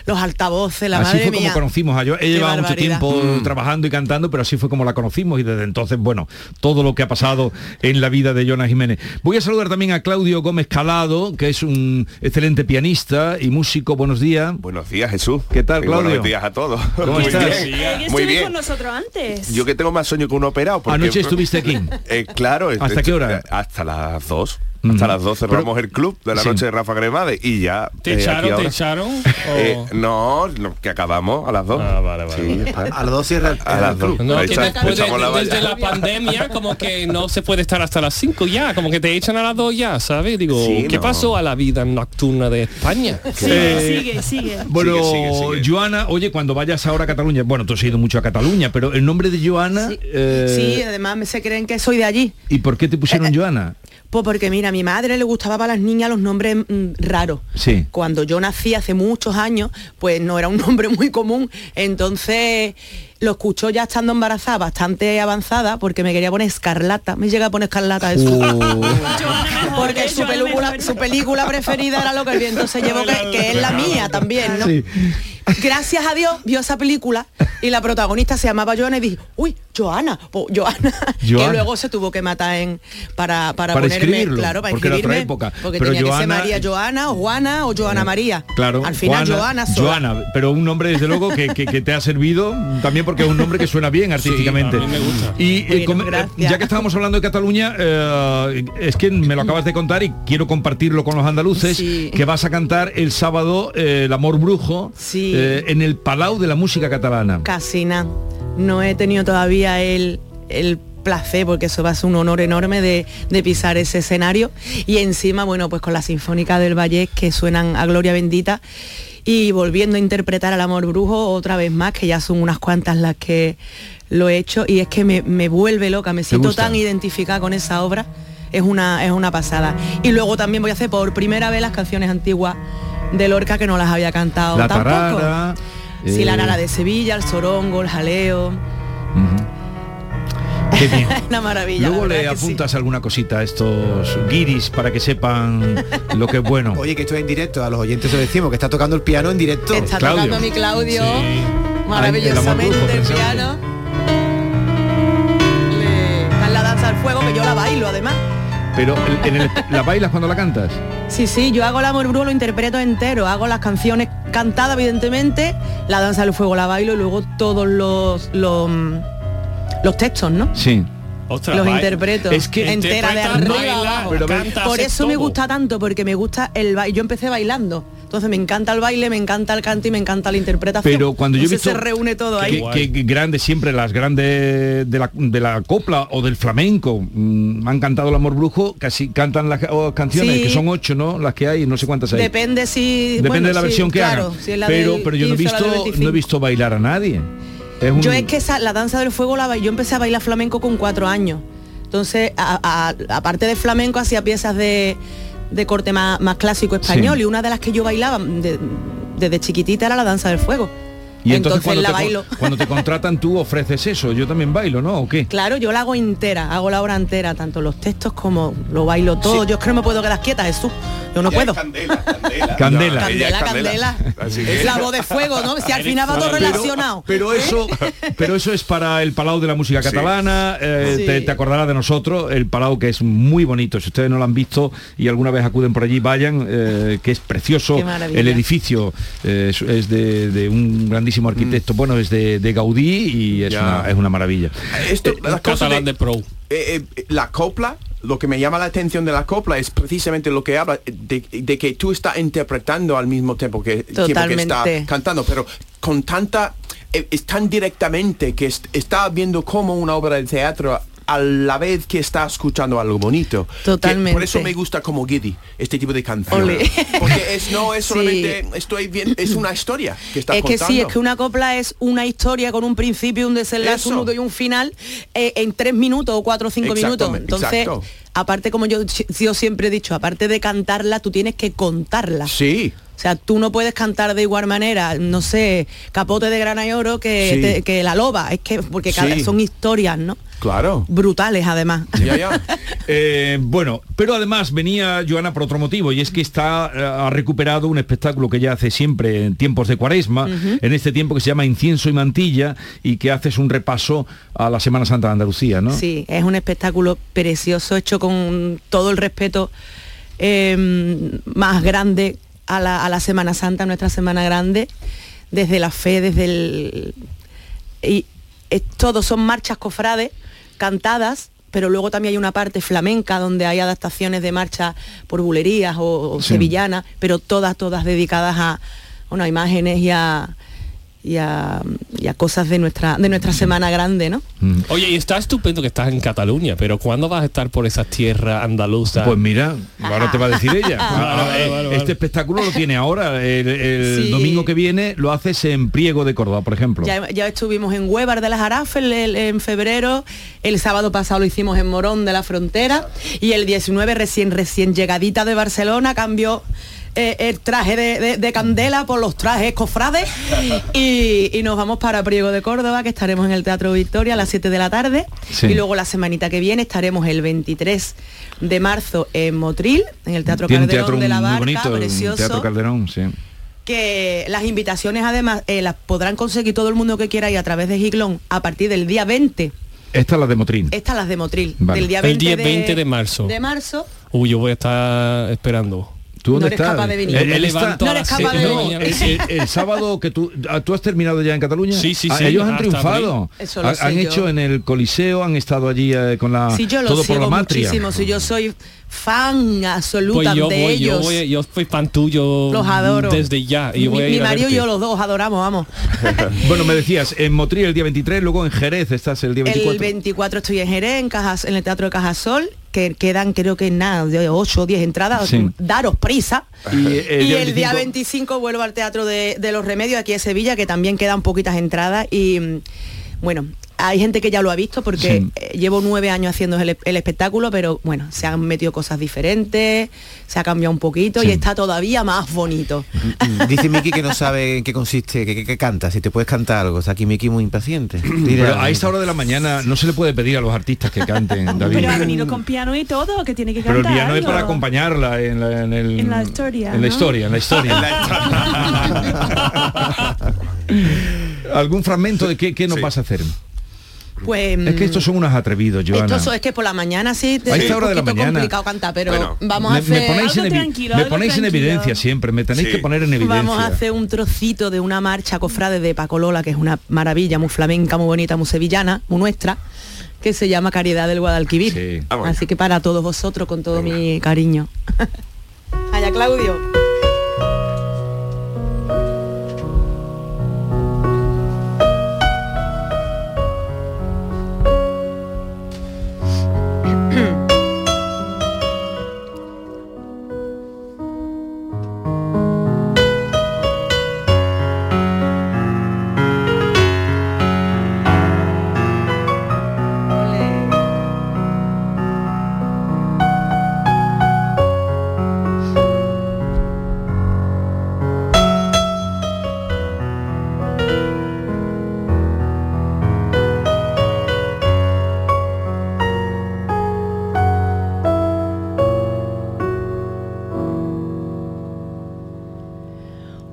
Speaker 5: los altavoces, la
Speaker 1: así
Speaker 5: madre
Speaker 1: fue como
Speaker 5: mía.
Speaker 1: conocimos a Joana.
Speaker 5: Qué
Speaker 1: Ella llevaba mucho
Speaker 5: barbaridad.
Speaker 1: tiempo
Speaker 13: Mm.
Speaker 1: trabajando y cantando, pero así fue como la conocimos y desde entonces, bueno, todo lo que ha pasado en la vida de Joana Jiménez. Voy a saludar también a Claudio Gómez Calado, que es un excelente pianista y músico. Buenos días.
Speaker 13: Buenos días, Jesús.
Speaker 1: ¿Qué tal,
Speaker 13: Y
Speaker 1: Claudio?
Speaker 13: Buenos días a todos.
Speaker 1: ¿Cómo
Speaker 13: Muy
Speaker 1: estás?
Speaker 13: bien,
Speaker 4: Ella estuvo
Speaker 13: Muy
Speaker 4: con
Speaker 13: bien.
Speaker 4: nosotros antes.
Speaker 13: Yo que tengo más sueño que un operado. porque-
Speaker 1: Anoche estuviste aquí.
Speaker 13: Eh, claro. este-
Speaker 1: ¿Hasta qué hora?
Speaker 13: Hasta las 2.
Speaker 1: Ujú.
Speaker 13: Hasta las 2
Speaker 1: Pero-
Speaker 13: cerramos el club de la
Speaker 1: Sí.
Speaker 13: noche de Rafa Gremade y ya...
Speaker 3: ¿Te
Speaker 13: eh, aquí
Speaker 3: echaron? ¿Te
Speaker 13: ahora.
Speaker 3: echaron?
Speaker 13: Eh, no, no, que acabamos a las 2.
Speaker 3: A las 2
Speaker 13: cierra el, a las
Speaker 3: club.
Speaker 13: dos. Ahí está, echamos la
Speaker 3: desde
Speaker 13: valla.
Speaker 3: la pandemia como que no se puede estar hasta las 5 ya, como que te echan a las 2 ya, ¿sabes? Digo,
Speaker 13: Sí,
Speaker 3: ¿qué
Speaker 13: no.
Speaker 3: pasó a la vida nocturna de España?
Speaker 1: Sigue,
Speaker 3: Eh,
Speaker 1: sigue,
Speaker 4: sigue.
Speaker 1: Bueno, Joana, oye, cuando vayas ahora a Cataluña, bueno, tú has ido mucho a Cataluña, pero el nombre de Joana... eh,
Speaker 5: Sí, además me se creen que soy de allí.
Speaker 1: ¿Y por qué te pusieron Joana?
Speaker 5: Pues porque mira, a mi madre le gustaba para las niñas los nombres mm, raros.
Speaker 1: Sí.
Speaker 5: Cuando yo nací hace muchos años, pues no era un nombre muy común. Entonces lo escuchó ya estando embarazada, bastante avanzada, porque me quería poner escarlata. Me llega a poner escarlata eso.
Speaker 1: Uh.
Speaker 5: porque su película, su película preferida era lo que vi. Entonces llevo que, que es la mía también, ¿no? Gracias a Dios vio esa película y la protagonista se llamaba Joana y dije, uy, Joana, po- Joana,
Speaker 1: Joana.
Speaker 5: que luego se tuvo que matar en, para,
Speaker 1: Para
Speaker 5: para, ponerme,
Speaker 1: escribirlo,
Speaker 5: claro, para
Speaker 1: porque era otra
Speaker 5: escribirme,
Speaker 1: época.
Speaker 5: porque
Speaker 1: Pero
Speaker 5: tenía que ser
Speaker 1: Joana-
Speaker 5: María Joana o Juana o Joana María.
Speaker 1: Claro,
Speaker 5: Al final Joana, sola.
Speaker 1: Joana, pero un nombre desde luego que, que- que te ha servido también porque es un nombre que suena bien artísticamente.
Speaker 3: a mí me gusta.
Speaker 1: Y eh,
Speaker 3: Bueno,
Speaker 1: com- eh,
Speaker 3: gracias.
Speaker 1: ya que estábamos hablando de Cataluña, eh, es que me lo acabas de contar y quiero compartirlo con los andaluces
Speaker 5: Sí.
Speaker 1: que vas a cantar el sábado eh, El amor brujo
Speaker 5: Sí.
Speaker 1: eh, en el Palau de la Música Catalana.
Speaker 5: Casi nada. No he tenido todavía el, el placer, porque eso va a ser un honor enorme de, de pisar ese escenario. Y encima, bueno, pues con la Sinfónica del Valle que suenan a Gloria Bendita y volviendo a interpretar al amor brujo otra vez más, que ya son unas cuantas las que lo he hecho y es que me, me vuelve loca, me siento
Speaker 17: gusta?
Speaker 5: tan identificada con esa obra. Es una, es una pasada. Y luego también voy a hacer por primera vez las canciones antiguas de Lorca que no las había cantado
Speaker 1: La
Speaker 5: tampoco.
Speaker 1: tarara.
Speaker 5: Sí, la
Speaker 1: eh,
Speaker 5: nara de Sevilla, el sorongo, el jaleo.
Speaker 1: qué bien.
Speaker 5: Una maravilla.
Speaker 1: Luego
Speaker 5: la verdad
Speaker 1: le
Speaker 5: que sí.
Speaker 1: apuntas alguna cosita a estos guiris para que sepan lo que es bueno.
Speaker 6: Oye, que esto es en directo, a los oyentes se lo decimos, que está tocando el piano en directo.
Speaker 5: Está tocando mi Claudio
Speaker 6: Ay, el amor
Speaker 5: maravillosamente
Speaker 6: brujo,
Speaker 5: el piano. Le está la danza al fuego, que yo la bailo además.
Speaker 1: Pero el- en el- la bailas cuando la cantas.
Speaker 5: Sí, sí, yo hago el amor brujo, lo interpreto entero, hago las canciones cantadas, evidentemente, la danza al fuego la bailo y luego todos los, los, los textos, ¿no?
Speaker 1: Sí.
Speaker 5: los interpreto entera de arriba a abajo. por eso me gusta tanto porque me gusta el baile yo empecé bailando entonces me encanta el baile me encanta el canto y me encanta la interpretación
Speaker 1: Pero cuando yo he
Speaker 5: Entonces
Speaker 1: visto
Speaker 5: se reúne todo
Speaker 1: que-
Speaker 5: ahí
Speaker 1: Que, que grande siempre las grandes de la, de la copla o del flamenco mm, han cantado el amor brujo, casi cantan las ca- o canciones
Speaker 5: Sí.
Speaker 1: que son ocho, ¿no? Las que hay, no sé cuántas hay.
Speaker 5: depende si
Speaker 1: Depende
Speaker 5: bueno,
Speaker 1: de la
Speaker 5: si-
Speaker 1: versión que
Speaker 5: claro,
Speaker 1: hagan.
Speaker 5: si es la
Speaker 1: pero
Speaker 5: del
Speaker 1: pero yo no he
Speaker 5: 15 o la
Speaker 1: visto
Speaker 5: del
Speaker 1: no
Speaker 5: 25.
Speaker 1: he visto bailar a nadie. Es un-
Speaker 5: Yo es que esa, la danza del fuego, la, ba- yo empecé a bailar flamenco con cuatro años. Entonces, a- a- aparte de flamenco, hacía piezas de, de corte más, más clásico español
Speaker 1: Sí.
Speaker 5: y una de las que yo bailaba de- desde chiquitita era la danza del fuego.
Speaker 1: y entonces, cuando,
Speaker 5: la
Speaker 1: te, con-
Speaker 5: bailo.
Speaker 1: cuando te contratan tú ofreces eso, yo también bailo, ¿no? ¿O qué?
Speaker 5: Claro, yo la hago entera, hago la obra entera, tanto los textos como lo bailo todo. Yo es que no me puedo quedar quieta, Jesús. Yo no puedo.
Speaker 1: Candela.
Speaker 5: Candela,
Speaker 1: Ella es
Speaker 5: candela.
Speaker 1: Así que-
Speaker 5: La voz de fuego, ¿no? Si al
Speaker 1: Eres
Speaker 5: final va todo
Speaker 1: fuego.
Speaker 5: relacionado.
Speaker 1: Pero eso, pero eso es para el Palau de la Música Catalana. eh,
Speaker 5: Sí.
Speaker 1: Te, te acordarás de nosotros, el Palau que es muy bonito. Si ustedes no lo han visto y alguna vez acuden por allí, vayan, eh, que es precioso.
Speaker 18: Qué maravilla.
Speaker 1: El edificio eh, es, es de, de un grandísimo
Speaker 5: Mm.
Speaker 1: arquitecto. Bueno, es de, de Gaudí y es,
Speaker 2: Ya.
Speaker 1: una, es una maravilla. Eh,
Speaker 2: Esto, las cosas
Speaker 1: catalán
Speaker 2: de pro. la copla, lo que me llama la atención de la copla es precisamente lo que habla de, de que tú estás interpretando al mismo tiempo que, tiempo que está
Speaker 5: Totalmente.
Speaker 2: cantando, pero con tanta eh, es tan directamente que es- está viendo como una obra de teatro a la vez que está escuchando algo bonito. Que por
Speaker 5: Totalmente.
Speaker 2: eso me gusta como Giddy este tipo de canciones. Porque es no es
Speaker 5: Sí.
Speaker 2: solamente estoy bien, es una historia que está
Speaker 5: es que
Speaker 2: contando.
Speaker 5: sí, es que una copla es una historia con un principio, un desenlace, un
Speaker 2: Eso.
Speaker 5: nudo y un final eh, en tres minutos o cuatro o cinco minutos.
Speaker 2: Exactamente,
Speaker 5: Entonces,
Speaker 2: exacto.
Speaker 5: aparte, como yo, si- yo siempre he dicho, aparte de cantarla, tú tienes que contarla.
Speaker 2: Sí.
Speaker 5: O sea, tú no puedes cantar de igual manera, no sé, capote de grana y oro que,
Speaker 2: Sí.
Speaker 5: te- que la loba, es que porque cada-
Speaker 1: Sí.
Speaker 5: son historias, ¿no?
Speaker 2: Claro.
Speaker 5: Brutales además.
Speaker 1: Eh, bueno, pero además venía Joana por otro motivo y es que está eh, ha recuperado un espectáculo que ya hace siempre en tiempos de Cuaresma,
Speaker 19: Ujú.
Speaker 1: en este tiempo que se llama Incienso y Mantilla y que haces un repaso a la Semana Santa de Andalucía, ¿no?
Speaker 5: Sí, es un espectáculo precioso, hecho con todo el respeto eh, más grande a la, a la Semana Santa, nuestra Semana Grande, desde la fe, desde el... Y es todo son marchas cofrades cantadas, pero luego también hay una parte flamenca donde hay adaptaciones de marchas por bulerías o, o
Speaker 20: Sí.
Speaker 5: sevillanas, pero todas, todas dedicadas a, bueno, a imágenes y a... y a- y a cosas de nuestra de nuestra semana grande, ¿no?
Speaker 1: Mm.
Speaker 3: Oye, y está estupendo que estás en Cataluña, pero ¿cuándo vas a estar por esas tierras andaluzas?
Speaker 1: Pues mira, ahora te va a decir
Speaker 3: Vale,
Speaker 1: ella. Ah,
Speaker 3: vale,
Speaker 1: eh,
Speaker 3: vale, vale.
Speaker 1: Este espectáculo lo tiene ahora. El, el
Speaker 5: Sí.
Speaker 1: domingo que viene lo haces en Priego de Córdoba, por ejemplo.
Speaker 5: Ya, ya estuvimos en Huevar de las Arafes el- el- en febrero, el sábado pasado lo hicimos en Morón de la Frontera y el 19 recién recién llegadita de Barcelona cambió eh, el traje de, de- de candela por los trajes cofrades y, y nos vamos para Priego de Córdoba que estaremos en el Teatro Victoria a las 7 de la tarde
Speaker 4: Sí.
Speaker 5: y luego la semanita que viene estaremos el 23 de marzo en Motril, en el Teatro
Speaker 1: Tiene un
Speaker 5: Calderón
Speaker 1: teatro
Speaker 5: de la
Speaker 1: muy
Speaker 5: Barca,
Speaker 1: bonito, un
Speaker 5: precioso
Speaker 1: teatro Calderón, sí.
Speaker 5: que las invitaciones además eh, las podrán conseguir todo el mundo que quiera y a través de Giglón a partir del día 20.
Speaker 1: Esta es la de Motrin.
Speaker 5: Estas las de Motril,
Speaker 1: Vale.
Speaker 5: del día
Speaker 1: El
Speaker 5: 20,
Speaker 3: día 20 de marzo.
Speaker 5: De marzo.
Speaker 3: Uy, yo voy a estar esperando.
Speaker 1: ¿Tú
Speaker 5: dónde No eres estás? capaz de venir.
Speaker 1: Él-
Speaker 3: Yo me
Speaker 1: él está-
Speaker 3: levanto a las
Speaker 1: Eh,
Speaker 3: siete de la
Speaker 1: no,
Speaker 3: mañana.
Speaker 1: el, el- el sábado que tú ah, tú has terminado ya en Cataluña.
Speaker 3: Sí, sí,
Speaker 1: Ah,
Speaker 3: sí,
Speaker 1: ellos han
Speaker 3: hasta
Speaker 1: triunfado.
Speaker 3: abril. Eso
Speaker 5: lo
Speaker 1: Ha-
Speaker 5: sé
Speaker 1: han
Speaker 5: yo.
Speaker 1: hecho en el Coliseo, han estado allí eh, con la
Speaker 5: si yo lo
Speaker 1: todo por
Speaker 5: sigo
Speaker 1: la matria.
Speaker 5: muchísimo, si yo soy fan absoluta
Speaker 3: Pues yo
Speaker 5: de
Speaker 3: voy, yo
Speaker 5: ellos.
Speaker 3: voy, yo soy fan tuyo
Speaker 5: Los adoro.
Speaker 3: desde ya. Y
Speaker 5: mi,
Speaker 3: voy a
Speaker 5: mi
Speaker 3: ir a
Speaker 5: marido y
Speaker 3: verte.
Speaker 5: yo los dos adoramos, vamos.
Speaker 1: bueno, me decías en Motril el día 23, luego en Jerez estás el día 24.
Speaker 5: El 24 estoy en Jerez, en, Cajas- en el Teatro de Cajasol, que quedan creo que nada, de 8 o 10 entradas.
Speaker 1: Sí.
Speaker 5: Daros prisa.
Speaker 1: Y, eh,
Speaker 5: Y el día 25 vuelvo al Teatro de, de los Remedios aquí en Sevilla, que también quedan poquitas entradas. Y mm, bueno, hay gente que ya lo ha visto porque
Speaker 9: Sí.
Speaker 5: eh, llevo nueve años haciendo el, el espectáculo, pero bueno, se han metido cosas diferentes, se ha cambiado un poquito y está todavía más bonito.
Speaker 6: Mm, Dice Miki que no sabe en qué consiste, que, que- que canta, si te puedes cantar algo. Está aquí Miki muy impaciente. Dile
Speaker 1: Pero
Speaker 6: algo.
Speaker 1: a esta hora de la mañana no se le puede pedir a los artistas que canten, David.
Speaker 4: Pero ha venido con piano y todo, que tiene que
Speaker 1: Pero
Speaker 4: cantar.
Speaker 1: el piano es para
Speaker 4: algo.
Speaker 1: acompañarla en la, en el-
Speaker 4: En la historia,
Speaker 1: En
Speaker 4: ¿no?
Speaker 1: la historia, en la historia. ¿Algún fragmento de qué, qué nos vas a hacer?
Speaker 5: Pues
Speaker 1: Es que estos son unos atrevidos, Joana.
Speaker 5: Esto so- es que por la mañana sí te
Speaker 1: A
Speaker 5: es
Speaker 1: esta
Speaker 5: un
Speaker 1: hora de la
Speaker 5: poquito
Speaker 1: mañana.
Speaker 5: complicado cantar, pero
Speaker 1: Bueno,
Speaker 5: vamos a
Speaker 1: me, me
Speaker 5: hacer
Speaker 1: ponéis, en,
Speaker 5: algo
Speaker 1: evi-
Speaker 5: tranquilo,
Speaker 1: me
Speaker 5: algo
Speaker 1: ponéis en
Speaker 5: tranquilo.
Speaker 1: evidencia siempre, me tenéis que poner en evidencia.
Speaker 5: Vamos a hacer un trocito de una marcha cofrade de Pacolola, que es una maravilla, muy flamenca, muy bonita, muy sevillana, muy nuestra, que se llama Caridad del Guadalquivir. Así que para todos vosotros, con todo mi cariño. Allá, Claudio.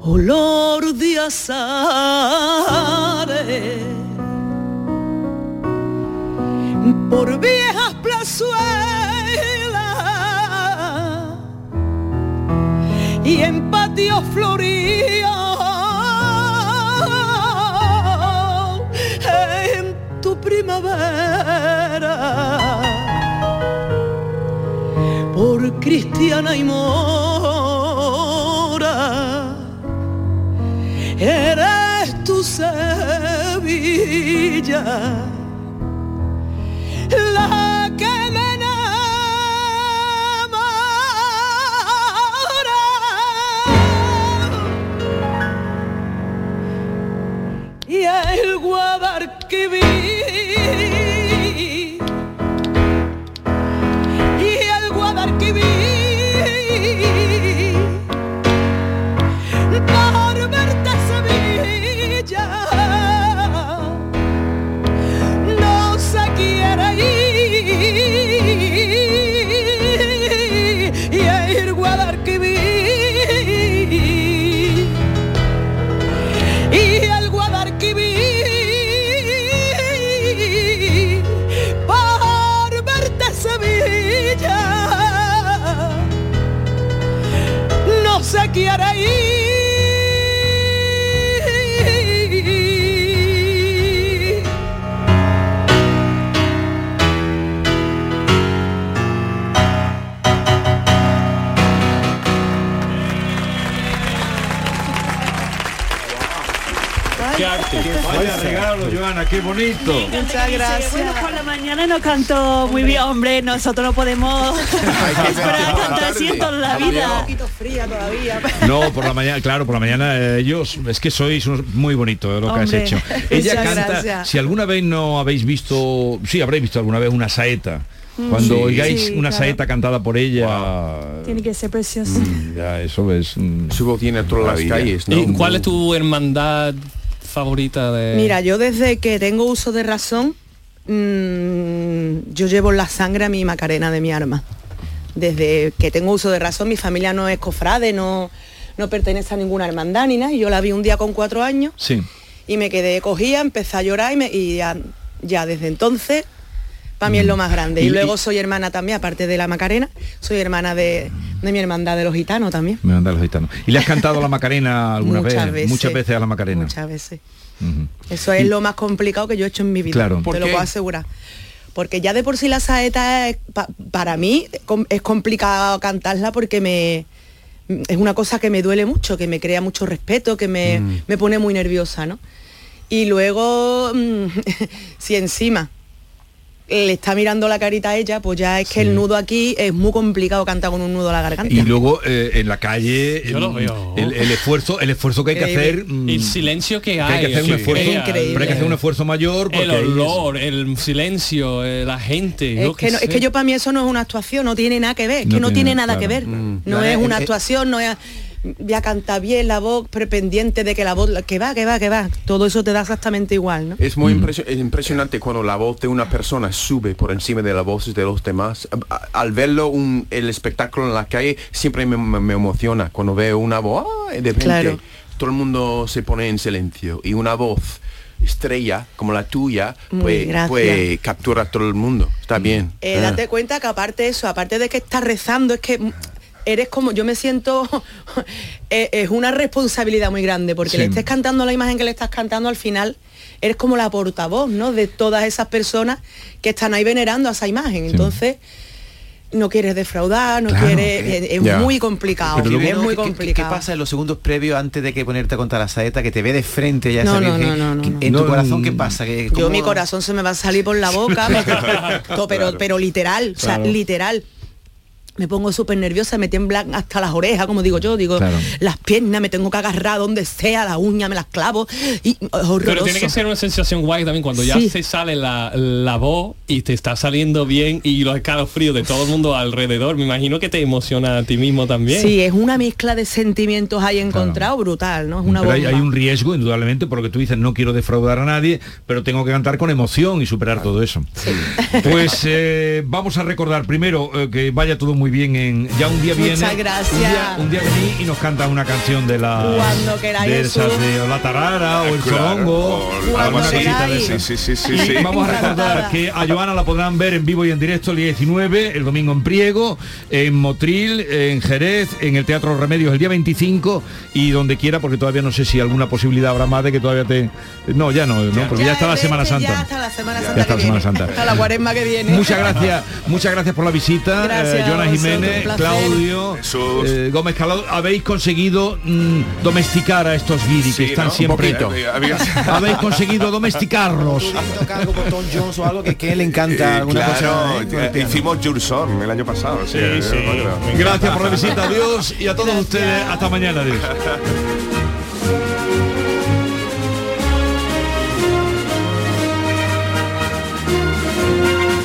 Speaker 9: olor de azares por viejas plazuelas y en patios floridos en tu primavera por cristiana y mora eres tu Sevilla, la que me enamora. Y el Guadalquivir, y el Guadalquivir por verte Sevilla no se quiere ir y a ir Guadalquivir y al Guadalquivir por verte Sevilla no se quiere ir.
Speaker 1: ¡Qué arte! ¡Vaya regalo, Joana! ¡Qué bonito!
Speaker 4: Muchas gracias. Bueno, por la mañana no canto muy bien, hombre, nosotros no podemos esperar a cantar así en toda la vida.
Speaker 5: fría todavía.
Speaker 1: No, por la mañana, claro, por la mañana eh, ellos, es que sois unos- muy bonito eh, lo que has
Speaker 5: Hombre,
Speaker 1: hecho.
Speaker 5: muchas
Speaker 1: Ella canta,
Speaker 5: gracias.
Speaker 1: si alguna vez no habéis visto, sí, habréis visto alguna vez una saeta.
Speaker 5: Mm,
Speaker 1: Cuando
Speaker 4: Sí.
Speaker 1: oigáis
Speaker 4: Sí,
Speaker 1: una
Speaker 4: claro.
Speaker 1: saeta cantada por ella,
Speaker 4: Tiene que ser precioso.
Speaker 1: ya eso es... mm, Su
Speaker 2: voz tiene todas las calles, ¿no?
Speaker 3: ¿Y cuál es tu hermandad favorita de...?
Speaker 5: Mira, yo desde que tengo uso de razón, mm, yo llevo en la sangre a mi Macarena de mi arma. Desde que tengo uso de razón, mi familia no es cofrade, no, no pertenece a ninguna hermandad ni nada. Y yo la vi un día con cuatro años
Speaker 1: Sí.
Speaker 5: y me quedé cogía, empecé a llorar y, me- y ya, ya desde entonces para mí es lo más grande. Mm. Y,
Speaker 1: Y-
Speaker 5: luego
Speaker 1: y-
Speaker 5: soy hermana también, aparte de la Macarena, soy hermana de, de mi hermandad de los gitanos también.
Speaker 1: Me mandan los gitanos. ¿Y le has cantado a la Macarena alguna
Speaker 5: Muchas
Speaker 1: vez?
Speaker 5: veces.
Speaker 1: Muchas veces a la Macarena.
Speaker 5: Muchas veces.
Speaker 1: Ujú.
Speaker 5: Eso es lo más complicado que yo he hecho en mi vida.
Speaker 1: Claro. ¿Por
Speaker 5: Te lo
Speaker 1: qué?
Speaker 5: puedo asegurar. Porque ya de por sí la saeta es pa- para mí com- es complicado cantarla porque me es una cosa que me duele mucho, que me crea mucho respeto, que me,
Speaker 21: Mm.
Speaker 5: me pone muy nerviosa, ¿no? Y luego, mm, si encima le está mirando la carita a ella, pues ya es que el nudo aquí es muy complicado cantar con un nudo a la garganta.
Speaker 1: Y luego eh, en la calle
Speaker 3: Yo lo
Speaker 1: mm,
Speaker 3: veo.
Speaker 1: El, el esfuerzo el esfuerzo que hay que hacer
Speaker 3: Increíble.
Speaker 1: mm,
Speaker 3: Eh, el silencio que
Speaker 1: que
Speaker 3: hay,
Speaker 1: hay que hacer un
Speaker 3: sí.
Speaker 1: esfuerzo
Speaker 3: Ella,
Speaker 1: pero hay que hacer un esfuerzo mayor porque
Speaker 3: el
Speaker 1: ahí es-
Speaker 3: olor el silencio eh, la gente yo
Speaker 5: Es que, no- es
Speaker 3: sé.
Speaker 5: que yo para mí eso no es una actuación, no tiene nada que ver, es
Speaker 3: No
Speaker 5: que no
Speaker 3: tiene
Speaker 5: tiene
Speaker 3: nada,
Speaker 5: nada que
Speaker 3: claro.
Speaker 5: ver.
Speaker 3: Mm.
Speaker 5: No
Speaker 3: Claro,
Speaker 5: es
Speaker 3: es-
Speaker 5: una
Speaker 3: es-
Speaker 5: actuación, no es voy a cantar bien la voz, pero pendiente de que la voz, que va, que va, que va. Todo eso te da exactamente igual, ¿no?
Speaker 2: Es muy impresio- es impresionante cuando la voz de una persona sube por encima de las voces de los demás. A- a- Al verlo, un- el espectáculo en la calle siempre me, me- me emociona. Cuando veo una voz, ¡ah! de repente
Speaker 5: Claro.
Speaker 2: todo el mundo se pone en silencio. Y una voz estrella como la tuya,
Speaker 5: Muy
Speaker 2: pues,
Speaker 5: gracias.
Speaker 2: pues captura a todo el mundo. Está bien.
Speaker 5: Eh,
Speaker 2: Ah.
Speaker 5: date cuenta que aparte de eso, aparte de que estás rezando, es que eres como, yo me siento, eh, es una responsabilidad muy grande, porque
Speaker 4: Sí.
Speaker 5: le estés cantando la imagen que le estás cantando al final, eres como la portavoz, ¿no? De todas esas personas que están ahí venerando a esa imagen. Entonces, no quieres defraudar, no
Speaker 6: Claro.
Speaker 5: quieres. eh, Es, es
Speaker 6: Ya.
Speaker 5: muy complicado.
Speaker 6: Pero luego,
Speaker 5: es muy
Speaker 6: ¿qué- qué- ¿qué,
Speaker 5: complicado.
Speaker 6: pasa en los segundos previos antes de que ponerte a contar la saeta? Que te ve de frente ya
Speaker 5: No,
Speaker 6: esa
Speaker 5: no,
Speaker 6: virgen?
Speaker 5: no, no, no,
Speaker 6: ¿Qué-
Speaker 5: no.
Speaker 6: ¿En tu
Speaker 5: No,
Speaker 6: corazón
Speaker 1: mm.
Speaker 6: qué pasa? ¿Qué-
Speaker 5: Yo
Speaker 6: cómo-
Speaker 5: mi corazón se me va a salir por la boca, me- to- pero, pero literal, o sea,
Speaker 6: Claro.
Speaker 5: literal. Me pongo súper nerviosa, me tiemblan hasta las orejas, como digo yo, digo,
Speaker 3: Claro.
Speaker 5: las piernas me tengo que agarrar donde sea, las uñas me las clavo y oh, es horroroso.
Speaker 3: pero tiene que ser una sensación guay también cuando ya
Speaker 5: Sí.
Speaker 3: se sale la, la voz y te está saliendo bien y los escalofríos de todo el mundo alrededor me imagino que te emociona a ti mismo también
Speaker 5: Sí, es una mezcla de sentimientos ahí encontrado brutal, ¿no? Es una
Speaker 1: pero hay,
Speaker 5: bomba.
Speaker 1: hay un riesgo indudablemente porque tú dices no quiero defraudar a nadie pero tengo que cantar con emoción y superar todo eso pues eh, vamos a recordar primero eh, que vaya todo muy bien en ya un día viene
Speaker 5: Muchas
Speaker 1: un día,
Speaker 5: gracias.
Speaker 1: un día venís y nos canta una canción de la
Speaker 5: Cuando queráis,
Speaker 1: de esas
Speaker 5: Jesús.
Speaker 1: de o la tarara o el
Speaker 13: Ah, Claro,
Speaker 1: solongo
Speaker 13: o la
Speaker 1: alguna
Speaker 13: masita
Speaker 1: cosita
Speaker 13: de-
Speaker 1: de esas.
Speaker 13: sí, sí, sí,
Speaker 1: Y
Speaker 13: sí, sí.
Speaker 1: vamos a recordar que a Joana la podrán ver en vivo y en directo el día 19, el domingo en Priego, en Motril, en Jerez, en el Teatro Remedios el día 25 y donde quiera, porque todavía no sé si alguna posibilidad habrá más de que todavía te... No, ya no, ¿no? porque ya, está la Semana Santa.
Speaker 5: Ya hasta la Semana
Speaker 1: Ya
Speaker 5: Santa
Speaker 1: está
Speaker 5: que
Speaker 1: la Semana
Speaker 5: viene.
Speaker 1: Santa.
Speaker 5: Hasta la cuaresma que viene.
Speaker 1: Muchas gracias, muchas gracias por la visita,
Speaker 5: Gracias
Speaker 1: eh,
Speaker 5: a
Speaker 1: Joana
Speaker 5: vosotros,
Speaker 1: Jiménez,
Speaker 5: un placer.
Speaker 1: Claudio, eh, Gómez Calado. Habéis conseguido mm, domesticar a estos guiris que
Speaker 13: Sí,
Speaker 1: están
Speaker 13: ¿no? Un
Speaker 1: siempre.
Speaker 13: poquito.
Speaker 1: Habéis conseguido domesticarlos.
Speaker 6: Tom Jones o algo que, que le encanta alguna
Speaker 13: claro,
Speaker 6: cosa. ¿eh?
Speaker 13: eh, hicimos Jurson el año pasado. Sí,
Speaker 1: sí. Gracias por la visita, adiós y a todos ustedes hasta mañana, adiós.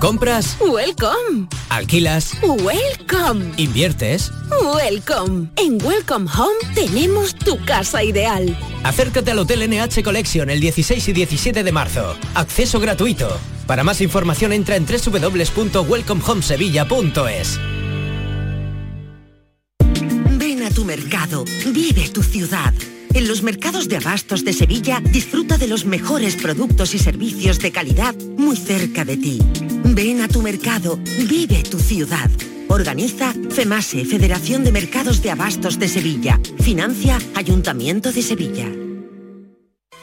Speaker 17: Compras,
Speaker 22: Welcome.
Speaker 17: alquilas,
Speaker 22: Welcome.
Speaker 17: inviertes.
Speaker 22: Welcome. En Welcome Home tenemos tu casa ideal.
Speaker 17: Acércate al Hotel NH Collection el 16 y 17 de marzo. Acceso gratuito. Para más información entra en www.welcomehomesevilla.es.
Speaker 23: Ven a tu mercado, vive tu ciudad. En los mercados de abastos de Sevilla disfruta de los mejores productos y servicios de calidad muy cerca de ti. Ven a tu mercado, vive tu ciudad. Organiza FEMASE, Federación de Mercados de Abastos de Sevilla. Financia Ayuntamiento de Sevilla.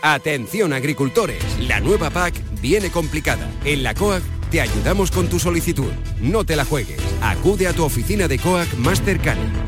Speaker 22: Atención agricultores, la nueva PAC viene complicada. En la COAC te ayudamos con tu solicitud. No te la juegues. Acude a tu oficina de COAC más cercana.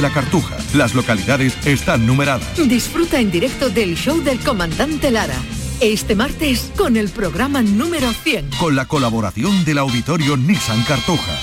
Speaker 24: la Cartuja. Las localidades están numeradas.
Speaker 10: Disfruta en directo del show del comandante Lara. Este martes con el programa número 100.
Speaker 24: Con la colaboración del auditorio Nissan Cartuja.